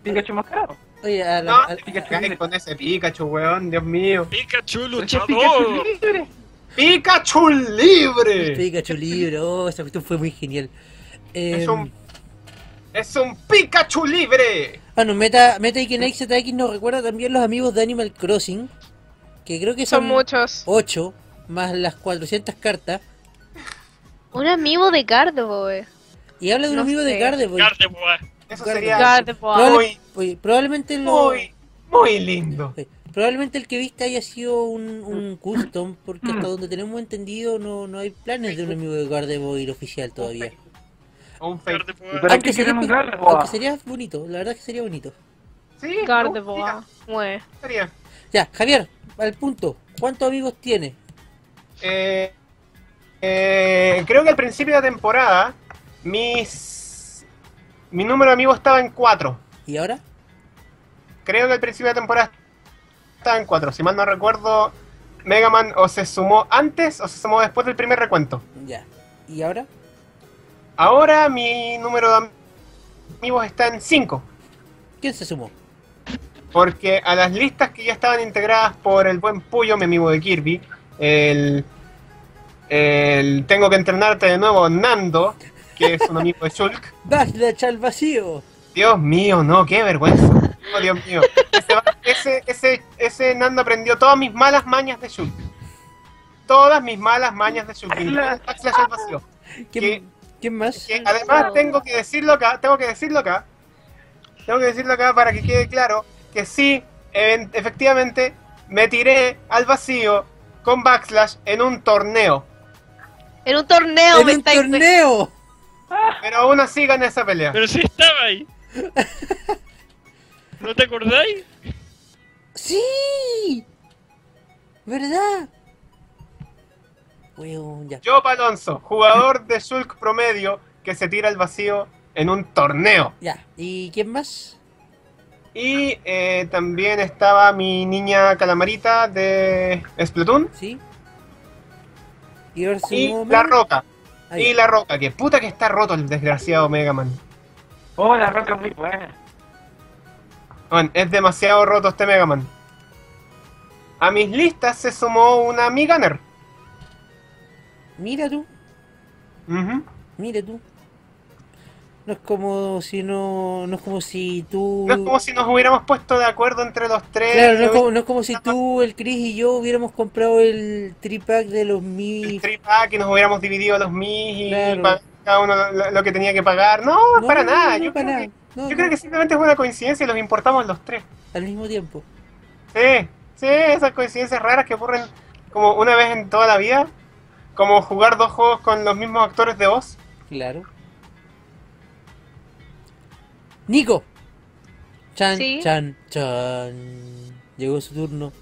Speaker 6: Pikachu más caro.
Speaker 1: oye, a la-
Speaker 2: No,
Speaker 1: a-
Speaker 2: te cagáis con ese Pikachu, weón, Dios mío.
Speaker 5: Pikachu
Speaker 6: Pero si Pikachu
Speaker 5: luchador.
Speaker 6: es libre.
Speaker 2: ¡Pikachu libre!
Speaker 1: Pikachu libre, oh, esa cuestión fue muy genial.
Speaker 2: Es
Speaker 1: Eh,
Speaker 2: un. ¡Es un Pikachu libre!
Speaker 1: Ah, no, Meta, Meta y Kinect ZX nos recuerda también los amigos de Animal Crossing, que creo que
Speaker 4: Son
Speaker 1: son,
Speaker 4: muchos.
Speaker 1: 8 más las 400 cartas. Oh.
Speaker 4: Un amigo de Gardevoir.
Speaker 1: Y habla de un
Speaker 4: No
Speaker 1: amigo de
Speaker 4: sé.
Speaker 1: Gardevoir.
Speaker 5: Gardevoir.
Speaker 2: Eso
Speaker 1: Gardevoir.
Speaker 2: sería
Speaker 4: Gardevoir.
Speaker 1: Probable- oye, Pues, probablemente lo-
Speaker 2: muy, muy lindo.
Speaker 1: oye, Probablemente el que viste haya sido un, un custom, porque hasta donde tenemos entendido no, no hay planes de un amigo de Gardevoir oficial todavía.
Speaker 2: O un fake.
Speaker 5: Gardevoir.
Speaker 6: Pero aquí quieren un Gardevoir.
Speaker 1: aunque sería bonito, la verdad es que sería bonito.
Speaker 2: Sí,
Speaker 4: Gardevoir. Mue.
Speaker 2: no, sería.
Speaker 1: Ya, Javier, al punto, ¿cuántos amigos tiene?
Speaker 2: Eh, eh, creo que al principio de la temporada, mis. Mi número de amigos estaba en 4.
Speaker 1: ¿Y ahora?
Speaker 2: Creo que al principio de la temporada estaba en 4. Si mal no recuerdo, Mega Man o se sumó antes o se sumó después del primer recuento.
Speaker 1: Ya. ¿Y ahora?
Speaker 2: Ahora mi número de amigos está en 5.
Speaker 1: ¿Quién se sumó?
Speaker 2: Porque a las listas que ya estaban integradas por el buen Puyo, mi amigo de Kirby, el, el Tengo que entrenarte de nuevo, Nando, que es un amigo de Shulk.
Speaker 1: ¡Basta, al vacío!
Speaker 2: Dios mío, no, qué vergüenza. Oh, Dios mío. Ese, va- ese, ese, ese Nando aprendió todas mis malas mañas de Shulk. Todas mis malas mañas de Shulk. incluido Backslash al vacío. ¿Qué?
Speaker 1: ¿Quién, quién más?
Speaker 2: Que además tengo que decirlo acá, tengo que decirlo acá, tengo que decirlo acá para que quede claro que sí, even- efectivamente, me tiré al vacío con backslash en un torneo.
Speaker 4: En un torneo me
Speaker 1: ¡En un
Speaker 4: estáis-
Speaker 1: torneo!
Speaker 2: Pero aún así gané esa pelea.
Speaker 5: Pero sí estaba ahí. ¿No te acordáis?
Speaker 1: ¡Sí! ¿Verdad? Weón, ya.
Speaker 2: Joe Alonso, jugador de Shulk promedio que se tira al vacío en un torneo.
Speaker 1: Ya. ¿Y quién más?
Speaker 2: Y eh, también estaba mi niña calamarita de Splatoon.
Speaker 1: ¿Sí? ¿Y ahora se
Speaker 2: Y
Speaker 1: sumó
Speaker 2: la
Speaker 1: Mega?
Speaker 2: roca.
Speaker 1: Ah,
Speaker 2: Y
Speaker 1: ya.
Speaker 2: la roca, que puta que está roto el desgraciado Mega Man.
Speaker 6: Oh, la roca es muy buena.
Speaker 2: Bueno, es demasiado roto este Mega Man. A mis listas se sumó una Mi Gunner.
Speaker 1: Mira tú,
Speaker 2: Ujú.
Speaker 1: mira tú. No es como si no... No es como si tú...
Speaker 2: No es como si nos hubiéramos puesto de acuerdo entre los tres.
Speaker 1: Uh. Claro, no es
Speaker 2: Yo-
Speaker 1: como, no es como si tú, el Chris y yo hubiéramos comprado el tripack de los Mi...
Speaker 2: El tripack y nos hubiéramos dividido los mis y
Speaker 1: Claro.
Speaker 2: pagar cada uno lo, lo que tenía que pagar. No,
Speaker 1: No,
Speaker 2: para
Speaker 1: no,
Speaker 2: nada.
Speaker 1: no,
Speaker 2: yo,
Speaker 1: para
Speaker 2: creo
Speaker 1: nada.
Speaker 2: Que,
Speaker 1: No,
Speaker 2: yo
Speaker 1: no,
Speaker 2: creo que simplemente es una coincidencia y los importamos los tres.
Speaker 1: Al mismo tiempo.
Speaker 2: Sí, sí, esas coincidencias raras que ocurren como una vez en toda la vida. Como jugar dos juegos con los mismos actores de voz.
Speaker 1: Claro. Nico. Chan,
Speaker 4: Sí.
Speaker 1: chan, chan. Llegó su turno.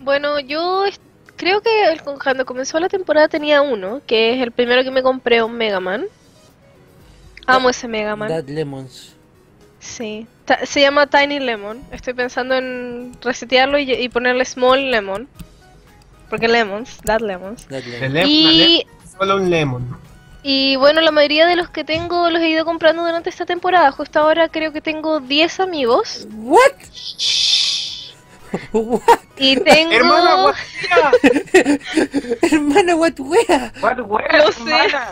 Speaker 4: Bueno, yo es- creo que el- cuando comenzó la temporada tenía uno, que es el primero que me compré, un Mega Man. Amo ese Mega Man.
Speaker 1: Dad Lemons.
Speaker 4: Sí. Ta- se llama Tiny Lemon. Estoy pensando en resetearlo y, y ponerle Small Lemon. Porque lemons, that lemons.
Speaker 1: Dad
Speaker 2: De
Speaker 1: Lemons.
Speaker 2: Lemon a
Speaker 4: Y,
Speaker 2: Lemon, solo un lemon.
Speaker 4: y bueno, la mayoría de los que tengo los he ido comprando durante esta temporada. Justo ahora creo que tengo 10 amigos.
Speaker 1: What? Ah, What?
Speaker 4: Y tengo...
Speaker 2: Hermana, guau, tía.
Speaker 1: Hermana, what wea?
Speaker 6: What buena,
Speaker 4: Lo sé.
Speaker 6: hermana.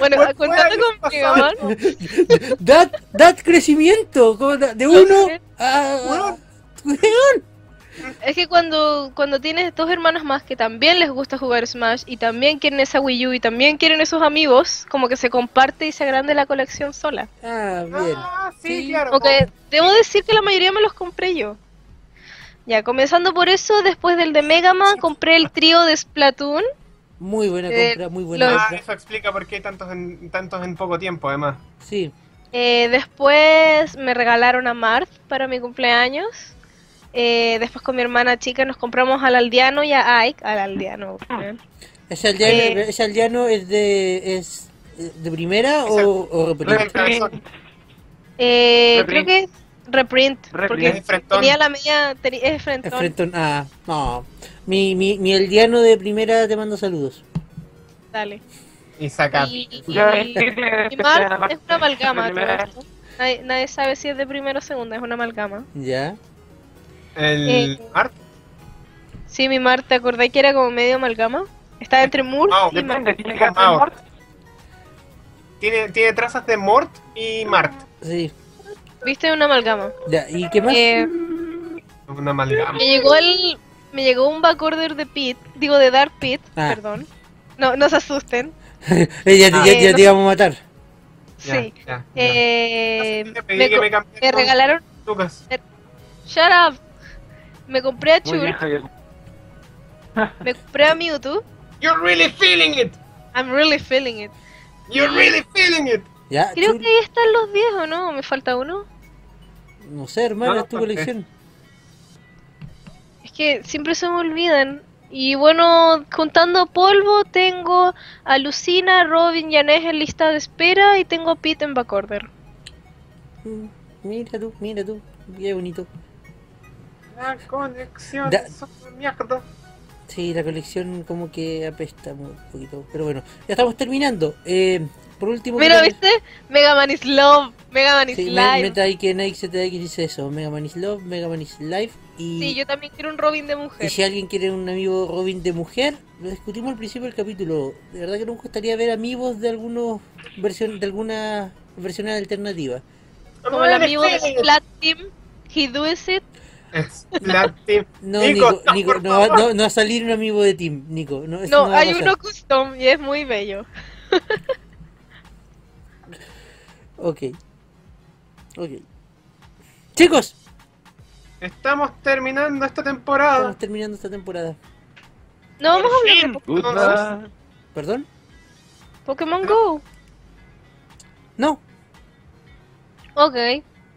Speaker 4: bueno,
Speaker 2: What
Speaker 4: contando
Speaker 2: fuera,
Speaker 4: con
Speaker 2: ¿qué
Speaker 4: Mega
Speaker 2: pasaba?
Speaker 4: Man,
Speaker 1: Dad, dad crecimiento. como da- De
Speaker 4: Lo
Speaker 1: uno
Speaker 4: sé.
Speaker 1: a... a- Weón.
Speaker 4: Es que cuando, cuando tienes dos hermanas más que también les gusta jugar Smash y también quieren esa Wii U y también quieren esos amigos, como que se comparte y se agrande la colección sola.
Speaker 1: Ah, bien.
Speaker 2: Ah, sí,
Speaker 1: Sí.
Speaker 2: claro.
Speaker 4: Como que debo decir que la mayoría me los compré yo. Ya, comenzando por eso, después del de Mega Man compré el trío de Splatoon.
Speaker 1: Muy buena
Speaker 4: Eh,
Speaker 1: compra, muy buena
Speaker 4: lo-
Speaker 2: Ah,
Speaker 1: compra.
Speaker 2: eso explica por qué hay tantos en, tantos en poco tiempo, además.
Speaker 1: Sí.
Speaker 4: Eh, después me regalaron a Marth para mi cumpleaños. Eh, después con mi hermana chica nos compramos al aldeano y a Ike. Al aldeano. weón.
Speaker 1: ¿Ese aldeano,
Speaker 4: Eh.
Speaker 1: ese aldeano es de es eh, de primera
Speaker 2: Es el-
Speaker 1: o, o
Speaker 2: Pero el
Speaker 1: repelente?
Speaker 2: cabezón,
Speaker 4: Eh, creo
Speaker 6: Reprint.
Speaker 4: que es reprint.
Speaker 6: Reprint.
Speaker 4: Porque
Speaker 2: el frentón.
Speaker 4: tenía la media... teni- es frentón.
Speaker 1: Es Frenton. Ah, no. Mi, mi, mi aldeano de primera te mando saludos.
Speaker 4: Dale.
Speaker 2: Y saca.
Speaker 4: Y,
Speaker 6: Ya,
Speaker 4: y-
Speaker 6: ¿qué tiene
Speaker 4: y
Speaker 6: de
Speaker 4: Marth
Speaker 6: especial,
Speaker 4: es una amalgama.
Speaker 6: primera?
Speaker 4: todo esto. Nadie, nadie sabe si es de primero o segunda, es una amalgama.
Speaker 1: ¿Ya?
Speaker 2: El
Speaker 4: Eh,
Speaker 2: art.
Speaker 4: Sí, mi Marth, ¿te acordás que era como medio amalgama? Estaba entre Moore
Speaker 2: Mau,
Speaker 4: y Marth.
Speaker 6: Depende, tiene que hacer
Speaker 2: Ah,
Speaker 6: Mort.
Speaker 2: Tiene, tiene trazas de Mort y Mart.
Speaker 1: Sí.
Speaker 4: ¿Viste? Una amalgama.
Speaker 1: Ya, ¿Y qué más?
Speaker 4: Eh,
Speaker 2: Una amalgama.
Speaker 4: Me llegó el. Me llegó un back order de Pit, digo de Dark Pit,
Speaker 1: Ah.
Speaker 4: perdón. No, no se asusten.
Speaker 1: Eh, ya, ya-
Speaker 4: eh,
Speaker 1: ya
Speaker 4: no-
Speaker 1: te íbamos a matar.
Speaker 2: Ya,
Speaker 4: sí.
Speaker 2: ya, ya.
Speaker 4: Eh,
Speaker 2: Así que pedí
Speaker 4: me,
Speaker 2: que
Speaker 4: co-
Speaker 2: me cambiaran
Speaker 4: me regalaron.
Speaker 2: Lucas.
Speaker 4: Shut up. Me compré a
Speaker 6: Muy bien,
Speaker 4: Chur,
Speaker 6: Javier.
Speaker 4: me compré a Mewtwo.
Speaker 2: You're really feeling it.
Speaker 4: I'm really feeling it.
Speaker 2: You're really feeling it.
Speaker 1: Ya,
Speaker 4: Creo
Speaker 1: chul-
Speaker 4: que ahí están los 10 o no, me falta uno.
Speaker 1: No sé, hermano,
Speaker 2: No,
Speaker 1: es tu
Speaker 2: ¿por qué?
Speaker 1: colección.
Speaker 4: Es que siempre se me olvidan. Y bueno, contando polvo, tengo a Lucina, Robin y Anés en lista de espera y tengo a Pit en back order.
Speaker 1: Mm, Mira tú, mira tú. Qué bonito.
Speaker 2: La conexión.
Speaker 1: Da-
Speaker 2: es una mierda.
Speaker 1: Sí, la colección como que apesta un poquito. Pero bueno, ya estamos terminando. Eh, por último...
Speaker 4: Mira,
Speaker 1: quiero-
Speaker 4: ¿viste? Mega Man is love, Mega Man is
Speaker 1: Sí, me-
Speaker 4: life.
Speaker 1: meta ahí que Nike ZX dice eso. Mega Man is Love, Mega Man is Life. Y,
Speaker 4: Sí, yo también quiero un Robin de
Speaker 1: y
Speaker 4: mujer.
Speaker 1: si alguien quiere un amigo Robin de mujer, lo discutimos al principio del capítulo. De verdad que nos gustaría ver amigos de algunos versión, de alguna versión alternativa.
Speaker 4: Como el
Speaker 2: Really
Speaker 4: amigo de
Speaker 2: feeling it.
Speaker 4: Splat Team, he does it.
Speaker 2: Es Black Team.
Speaker 1: No,
Speaker 2: Nico,
Speaker 1: Nico,
Speaker 2: no,
Speaker 1: Nico,
Speaker 2: por
Speaker 1: no, va-
Speaker 2: favor.
Speaker 1: no- no va a salir un amigo de Team, Nico. Pues No, eso
Speaker 4: No,
Speaker 1: va a
Speaker 4: hay
Speaker 1: pasar.
Speaker 4: uno custom y es muy bello.
Speaker 1: Ok. Ok. Chicos,
Speaker 2: Estamos terminando esta temporada.
Speaker 1: estamos terminando esta temporada.
Speaker 4: No vamos a hablar
Speaker 5: fin.
Speaker 4: de
Speaker 6: Goodbye.
Speaker 1: ¿Perdón?
Speaker 4: Po- Pokémon Go.
Speaker 1: No,
Speaker 4: Ok.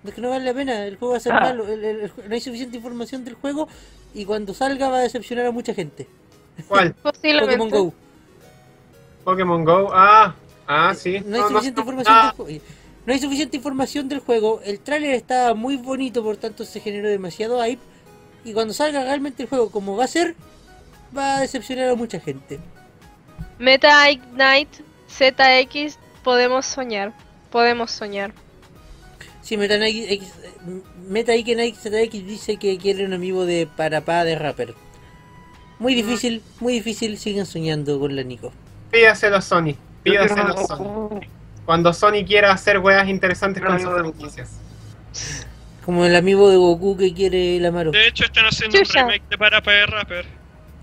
Speaker 1: es que no vale la pena. El juego va a ser
Speaker 6: Ah.
Speaker 1: malo. el- el- el- no hay suficiente información del juego y cuando salga va a decepcionar a mucha gente.
Speaker 2: ¿Cuál?
Speaker 1: Pokémon
Speaker 4: Posiblemente.
Speaker 1: Go.
Speaker 2: Pokémon Go. Ah, ah, sí.
Speaker 1: No hay suficiente
Speaker 2: no-
Speaker 1: información
Speaker 2: ah,
Speaker 1: del juego. No hay suficiente información del juego. El tráiler estaba muy bonito, por tanto se generó demasiado hype. Y cuando salga realmente el juego como va a ser, va a decepcionar a mucha gente.
Speaker 4: Meta Ignite ZX, podemos soñar. Podemos soñar.
Speaker 1: Sí, Meta Nike- X- Meta Ike Nike ZX dice que quiere un amigo de Parapá de rapper. Muy difícil, muy difícil. Sigan soñando con la Nico.
Speaker 2: Pídaselo a Sony.
Speaker 6: Yo quiero
Speaker 2: Pídaselo a
Speaker 6: un
Speaker 2: Sony.
Speaker 6: Goku.
Speaker 2: Cuando Sony quiera hacer weas interesantes
Speaker 6: Pero
Speaker 2: con
Speaker 6: amigo
Speaker 2: sus
Speaker 6: de Goku.
Speaker 2: franquicias.
Speaker 1: Como el amigo de Goku que quiere el Amaro.
Speaker 5: De hecho, están haciendo un
Speaker 4: Chucha.
Speaker 5: remake de Para para Rapper.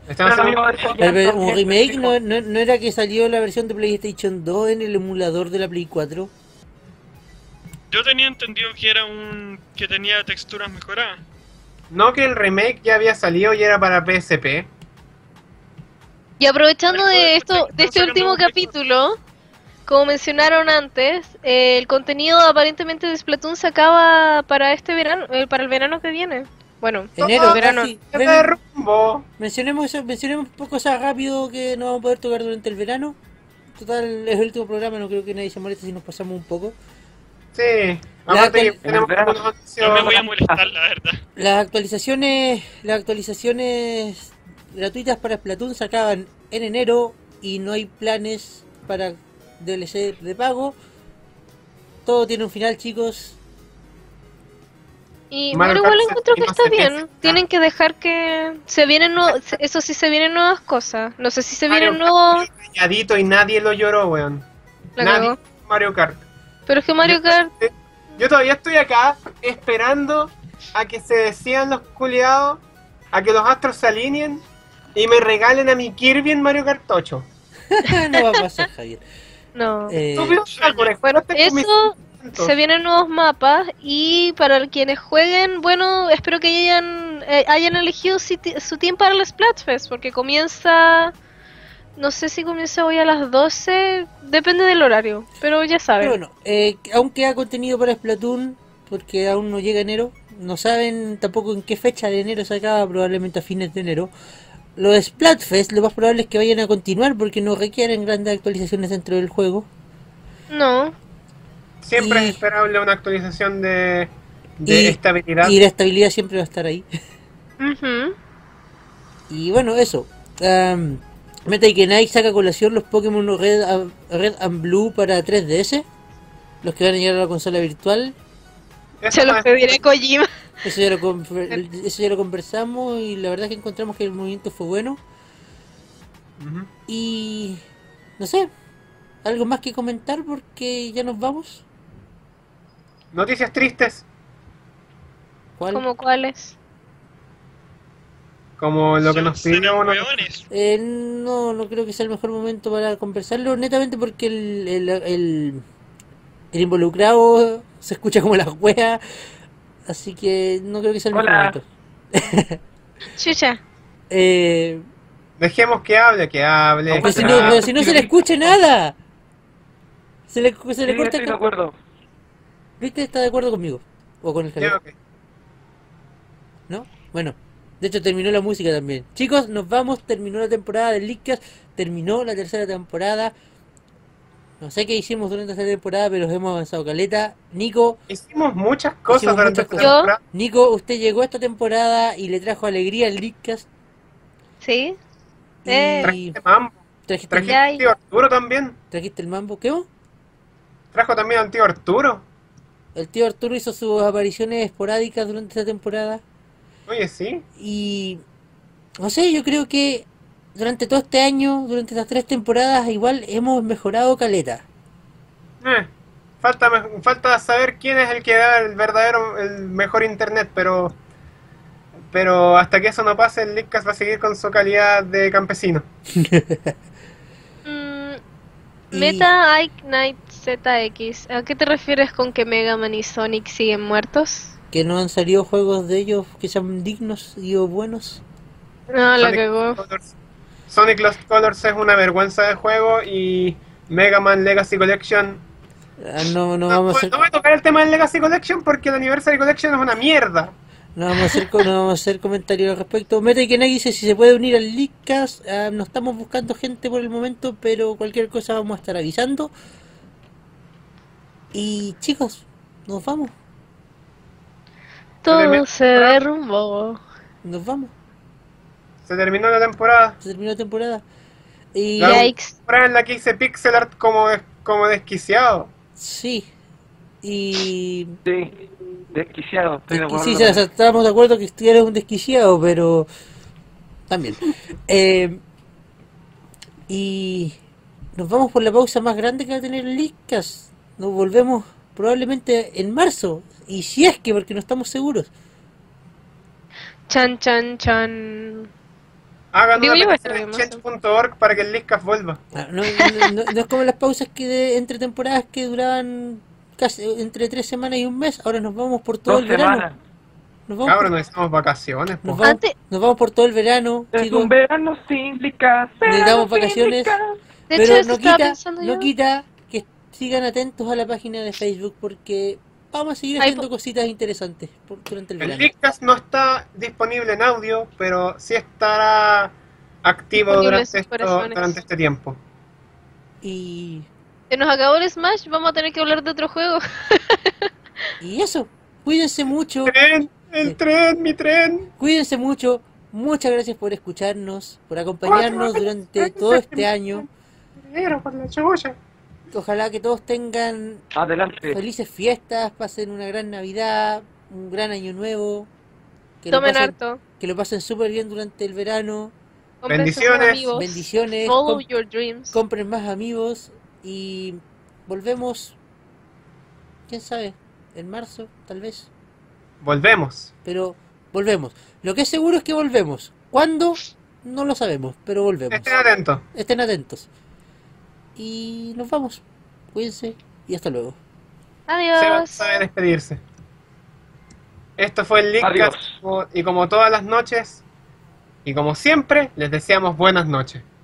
Speaker 2: Estamos
Speaker 6: Pero
Speaker 2: haciendo-
Speaker 6: amigo de Sony,
Speaker 1: Pero, pero, Un
Speaker 6: entonces,
Speaker 1: remake
Speaker 6: hijo.
Speaker 1: no, no, no era que salió la versión de PlayStation 2 en el emulador de la Play 4.
Speaker 5: Yo tenía entendido que era un. que tenía texturas mejoradas.
Speaker 2: No que el remake ya había salido y era para PSP.
Speaker 4: Y aprovechando
Speaker 5: Pero
Speaker 4: de
Speaker 5: puede
Speaker 4: esto,
Speaker 5: ser que
Speaker 4: de
Speaker 5: no
Speaker 4: este
Speaker 5: saquen
Speaker 4: último
Speaker 5: un récord.
Speaker 4: capítulo, como mencionaron antes, eh, el contenido aparentemente de Splatoon se acaba para este verano, eh, para el verano que viene. Bueno,
Speaker 2: Eh,
Speaker 1: Enero,
Speaker 4: verano.
Speaker 1: casi.
Speaker 2: ¡Qué
Speaker 1: Ven,
Speaker 2: derrumbo!
Speaker 1: mencionemos, eso- mencionemos cosas rápido que no vamos a poder tocar durante el verano. Total, es el último programa, no creo que nadie se moleste si nos pasamos un poco.
Speaker 2: Sí.
Speaker 1: La
Speaker 2: Aparte que
Speaker 1: tel-
Speaker 2: tenemos
Speaker 6: Espera.
Speaker 2: algunos anuncios.
Speaker 5: No me voy a molestar, la verdad.
Speaker 1: Las actualizaciones, las actualizaciones gratuitas para Splatoon se acaban en enero y no hay planes para DLC de pago. Todo tiene un final, chicos.
Speaker 4: Y
Speaker 2: Mario
Speaker 4: bueno,
Speaker 2: Kart
Speaker 4: igual
Speaker 2: se-
Speaker 4: encuentro que
Speaker 2: no
Speaker 4: está
Speaker 2: se
Speaker 4: bien.
Speaker 2: necesita.
Speaker 4: Tienen que dejar que se vienen nue- se- eso sí se vienen nuevas cosas. No sé si se
Speaker 2: Mario
Speaker 4: vienen nuevos,
Speaker 2: calladito y nadie lo lloró, weón.
Speaker 4: La
Speaker 2: nadie.
Speaker 4: cagó.
Speaker 2: Mario Kart.
Speaker 4: pero es que Mario Kart
Speaker 2: Yo todavía estoy acá esperando a que se decían los culiados a que los astros se alineen y me regalen a mi Kirby en Mario Cartocho.
Speaker 1: no va a pasar, Javier.
Speaker 4: No.
Speaker 1: Eh,
Speaker 2: Estúpido, Árboles, bueno, te comí
Speaker 4: Eso
Speaker 2: tanto.
Speaker 4: se vienen nuevos mapas y para quienes jueguen, bueno, espero que hayan eh, hayan elegido si ti- su tiempo para el Splatfest porque comienza no sé si comienza hoy a las 12, depende del horario, pero ya
Speaker 1: Pero
Speaker 4: saben.
Speaker 1: bueno, eh, aún queda contenido para Splatoon, porque aún no llega enero. No saben tampoco en qué fecha de enero se acaba, probablemente a fines de enero. Los de Splatfest, lo más probable es que vayan a continuar porque no requieren grandes actualizaciones dentro del juego.
Speaker 4: No,
Speaker 2: Siempre
Speaker 1: y-
Speaker 2: es esperable una actualización de, de
Speaker 1: y-
Speaker 2: estabilidad.
Speaker 1: Y la estabilidad siempre va a estar ahí.
Speaker 4: Ujú.
Speaker 1: Y bueno, eso. Am, Meta y que Nike saca a colación los Pokémon Red, a- Red and Blue para 3DS. Los que van a llegar a la consola virtual.
Speaker 2: Eso
Speaker 4: se los
Speaker 2: más-
Speaker 4: pediré a Kojima.
Speaker 1: Eso ya, lo conver- eso ya lo conversamos y la verdad es que encontramos que el movimiento fue bueno.
Speaker 2: Ujú.
Speaker 1: Y no sé, algo más que comentar porque ya nos vamos.
Speaker 2: Noticias tristes,
Speaker 1: ¿Cuál?
Speaker 4: ¿Como cuáles?
Speaker 2: como lo que
Speaker 5: Son
Speaker 2: nos
Speaker 5: serios
Speaker 2: pidió uno.
Speaker 5: hueones.
Speaker 1: Eh, no, no creo que sea el mejor momento para conversarlo, netamente porque el, el, el- el involucrado se escucha como la wea, así que no creo que sea el mejor
Speaker 6: Hola.
Speaker 1: momento.
Speaker 4: Chucha.
Speaker 1: Eh,
Speaker 2: Dejemos que hable, que hable.
Speaker 1: pero si
Speaker 2: que
Speaker 1: no,
Speaker 2: hable.
Speaker 1: pero si no se le escucha nada, se le, se
Speaker 6: Sí,
Speaker 1: le corta.
Speaker 6: estoy de acuerdo.
Speaker 1: ¿Viste? Está de acuerdo conmigo, o con el Javier.
Speaker 2: Ya, ok.
Speaker 1: ¿no? Bueno, de hecho terminó la música también. Chicos, nos vamos, terminó la temporada de Lickas, terminó la tercera temporada. No sé qué hicimos durante esta temporada, pero hemos avanzado caleta. Nico,
Speaker 2: Hicimos muchas cosas
Speaker 1: Hicimos
Speaker 2: durante
Speaker 1: muchas
Speaker 2: esta
Speaker 4: cosas.
Speaker 2: temporada.
Speaker 1: Nico, usted llegó a esta temporada y le trajo alegría al Lickas.
Speaker 4: ¿Sí?
Speaker 1: Y
Speaker 4: Eh.
Speaker 2: Trajiste este mambo,
Speaker 1: trajiste, el-
Speaker 2: trajiste al tío Arturo también.
Speaker 1: trajiste el mambo, ¿qué? vos?
Speaker 2: Trajo también al tío Arturo.
Speaker 1: El tío Arturo hizo sus apariciones esporádicas durante esta temporada.
Speaker 2: Oye, sí.
Speaker 1: Y no sé, yo creo que durante todo este año, durante estas tres temporadas, igual hemos mejorado caleta.
Speaker 2: Eh, Falta, me- falta saber quién es el que da el verdadero, el mejor internet, pero pero hasta que eso no pase, el Leadcast va a seguir con su calidad de campesino.
Speaker 4: Mm,
Speaker 1: Y-
Speaker 4: Meta Ike Knight ZX. ¿A qué te refieres con que Mega Man y Sonic siguen muertos?
Speaker 1: que no han salido juegos de ellos que sean dignos y o buenos.
Speaker 4: No, la
Speaker 2: Sonic
Speaker 4: cagó.
Speaker 2: Colors- Sonic Lost Colors es una vergüenza de juego y Mega Man Legacy Collection.
Speaker 1: Ah, No, no
Speaker 2: No,
Speaker 1: vamos a
Speaker 2: voy-
Speaker 1: ser,
Speaker 2: no voy a tocar el tema del Legacy Collection porque el Anniversary Collection es una mierda.
Speaker 1: no vamos a hacer, co- no vamos a hacer comentarios al respecto. Meta y Kenai dice si se puede unir al Leadcast. Ah, no estamos buscando gente por el momento, pero cualquier cosa vamos a estar avisando. Y chicos, nos vamos,
Speaker 4: Todo
Speaker 2: Elemento,
Speaker 4: se
Speaker 2: ¿verdad?
Speaker 4: derrumbó.
Speaker 1: nos vamos.
Speaker 2: Se terminó la temporada.
Speaker 1: Se terminó la temporada. Y
Speaker 2: Claro.
Speaker 4: Yikes.
Speaker 2: Temporada en la que hice pixel art como, des- como desquiciado.
Speaker 1: sí. Y,
Speaker 6: Sí, desquiciado, estoy de
Speaker 1: y
Speaker 6: acuerdo.
Speaker 1: sí, ya- ya estábamos de acuerdo que eres un desquiciado, pero también. Eh, y nos vamos por la pausa más grande que va a tener Lickas. Nos volvemos probablemente en marzo. Y si es que, porque no estamos seguros.
Speaker 4: Chan, chan, chan.
Speaker 2: Hagan
Speaker 4: Digo,
Speaker 2: una
Speaker 4: yo voy a
Speaker 2: petición en
Speaker 4: estar bien, no sé.
Speaker 2: change.org para que el Leadcast vuelva.
Speaker 1: Ah, No, no- no- no es como las pausas que de- entre temporadas que duraban casi entre tres semanas y un mes. Ahora nos vamos por todo
Speaker 6: Dos
Speaker 1: el verano.
Speaker 6: semanas.
Speaker 1: Nos vamos,
Speaker 2: Cabrón,
Speaker 1: por,
Speaker 2: necesitamos vacaciones. po.
Speaker 1: nos vamos-
Speaker 4: Antes-
Speaker 1: nos vamos por todo el verano,
Speaker 6: Es
Speaker 1: chicos.
Speaker 6: un verano sin licas.
Speaker 1: Necesitamos vacaciones.
Speaker 4: De
Speaker 1: Pero
Speaker 4: hecho, eso
Speaker 1: no
Speaker 4: estaba
Speaker 1: quita,
Speaker 4: pensando
Speaker 1: no
Speaker 4: yo.
Speaker 1: quita que sigan atentos a la página de Facebook porque vamos a seguir
Speaker 4: Ahí
Speaker 1: haciendo cositas interesantes por- durante el
Speaker 2: El
Speaker 1: verano.
Speaker 2: Leadcast no está disponible en audio, pero sí estará activo
Speaker 4: Disponible en
Speaker 2: durante,
Speaker 4: sus
Speaker 2: esto-
Speaker 4: corazones.
Speaker 2: durante este tiempo.
Speaker 1: Y,
Speaker 4: Se nos acabó el Smash, vamos a tener que hablar de otro juego.
Speaker 1: y eso, cuídense mucho,
Speaker 2: ¡Tren! ¡El tren! ¡Mi tren!
Speaker 1: cuídense mucho. Muchas gracias por escucharnos, por acompañarnos durante todo este año.
Speaker 2: Negro por la chucha.
Speaker 1: Ojalá que todos tengan
Speaker 6: Adelante.
Speaker 1: felices fiestas, pasen una gran Navidad, un gran año nuevo. Que lo
Speaker 4: Tomen
Speaker 1: pasen,
Speaker 4: harto.
Speaker 1: que lo pasen súper bien durante el verano.
Speaker 4: Compren
Speaker 2: Bendiciones.
Speaker 4: sus amigos.
Speaker 1: Bendiciones.
Speaker 4: Follow
Speaker 1: com-
Speaker 4: your dreams.
Speaker 1: compren más amigos y volvemos, quién sabe, en marzo tal vez,
Speaker 2: Volvemos.
Speaker 1: pero Volvemos. Lo que es seguro es que volvemos. ¿Cuándo? No lo sabemos, pero volvemos.
Speaker 2: Estén atentos.
Speaker 1: Estén atentos. Y nos vamos. Cuídense y hasta luego.
Speaker 2: Seba
Speaker 4: Adiós.
Speaker 2: sabe despedirse. Esto fue el Leakcast
Speaker 6: Adiós.
Speaker 2: como- y como todas las noches, y como siempre, les deseamos buenas noches.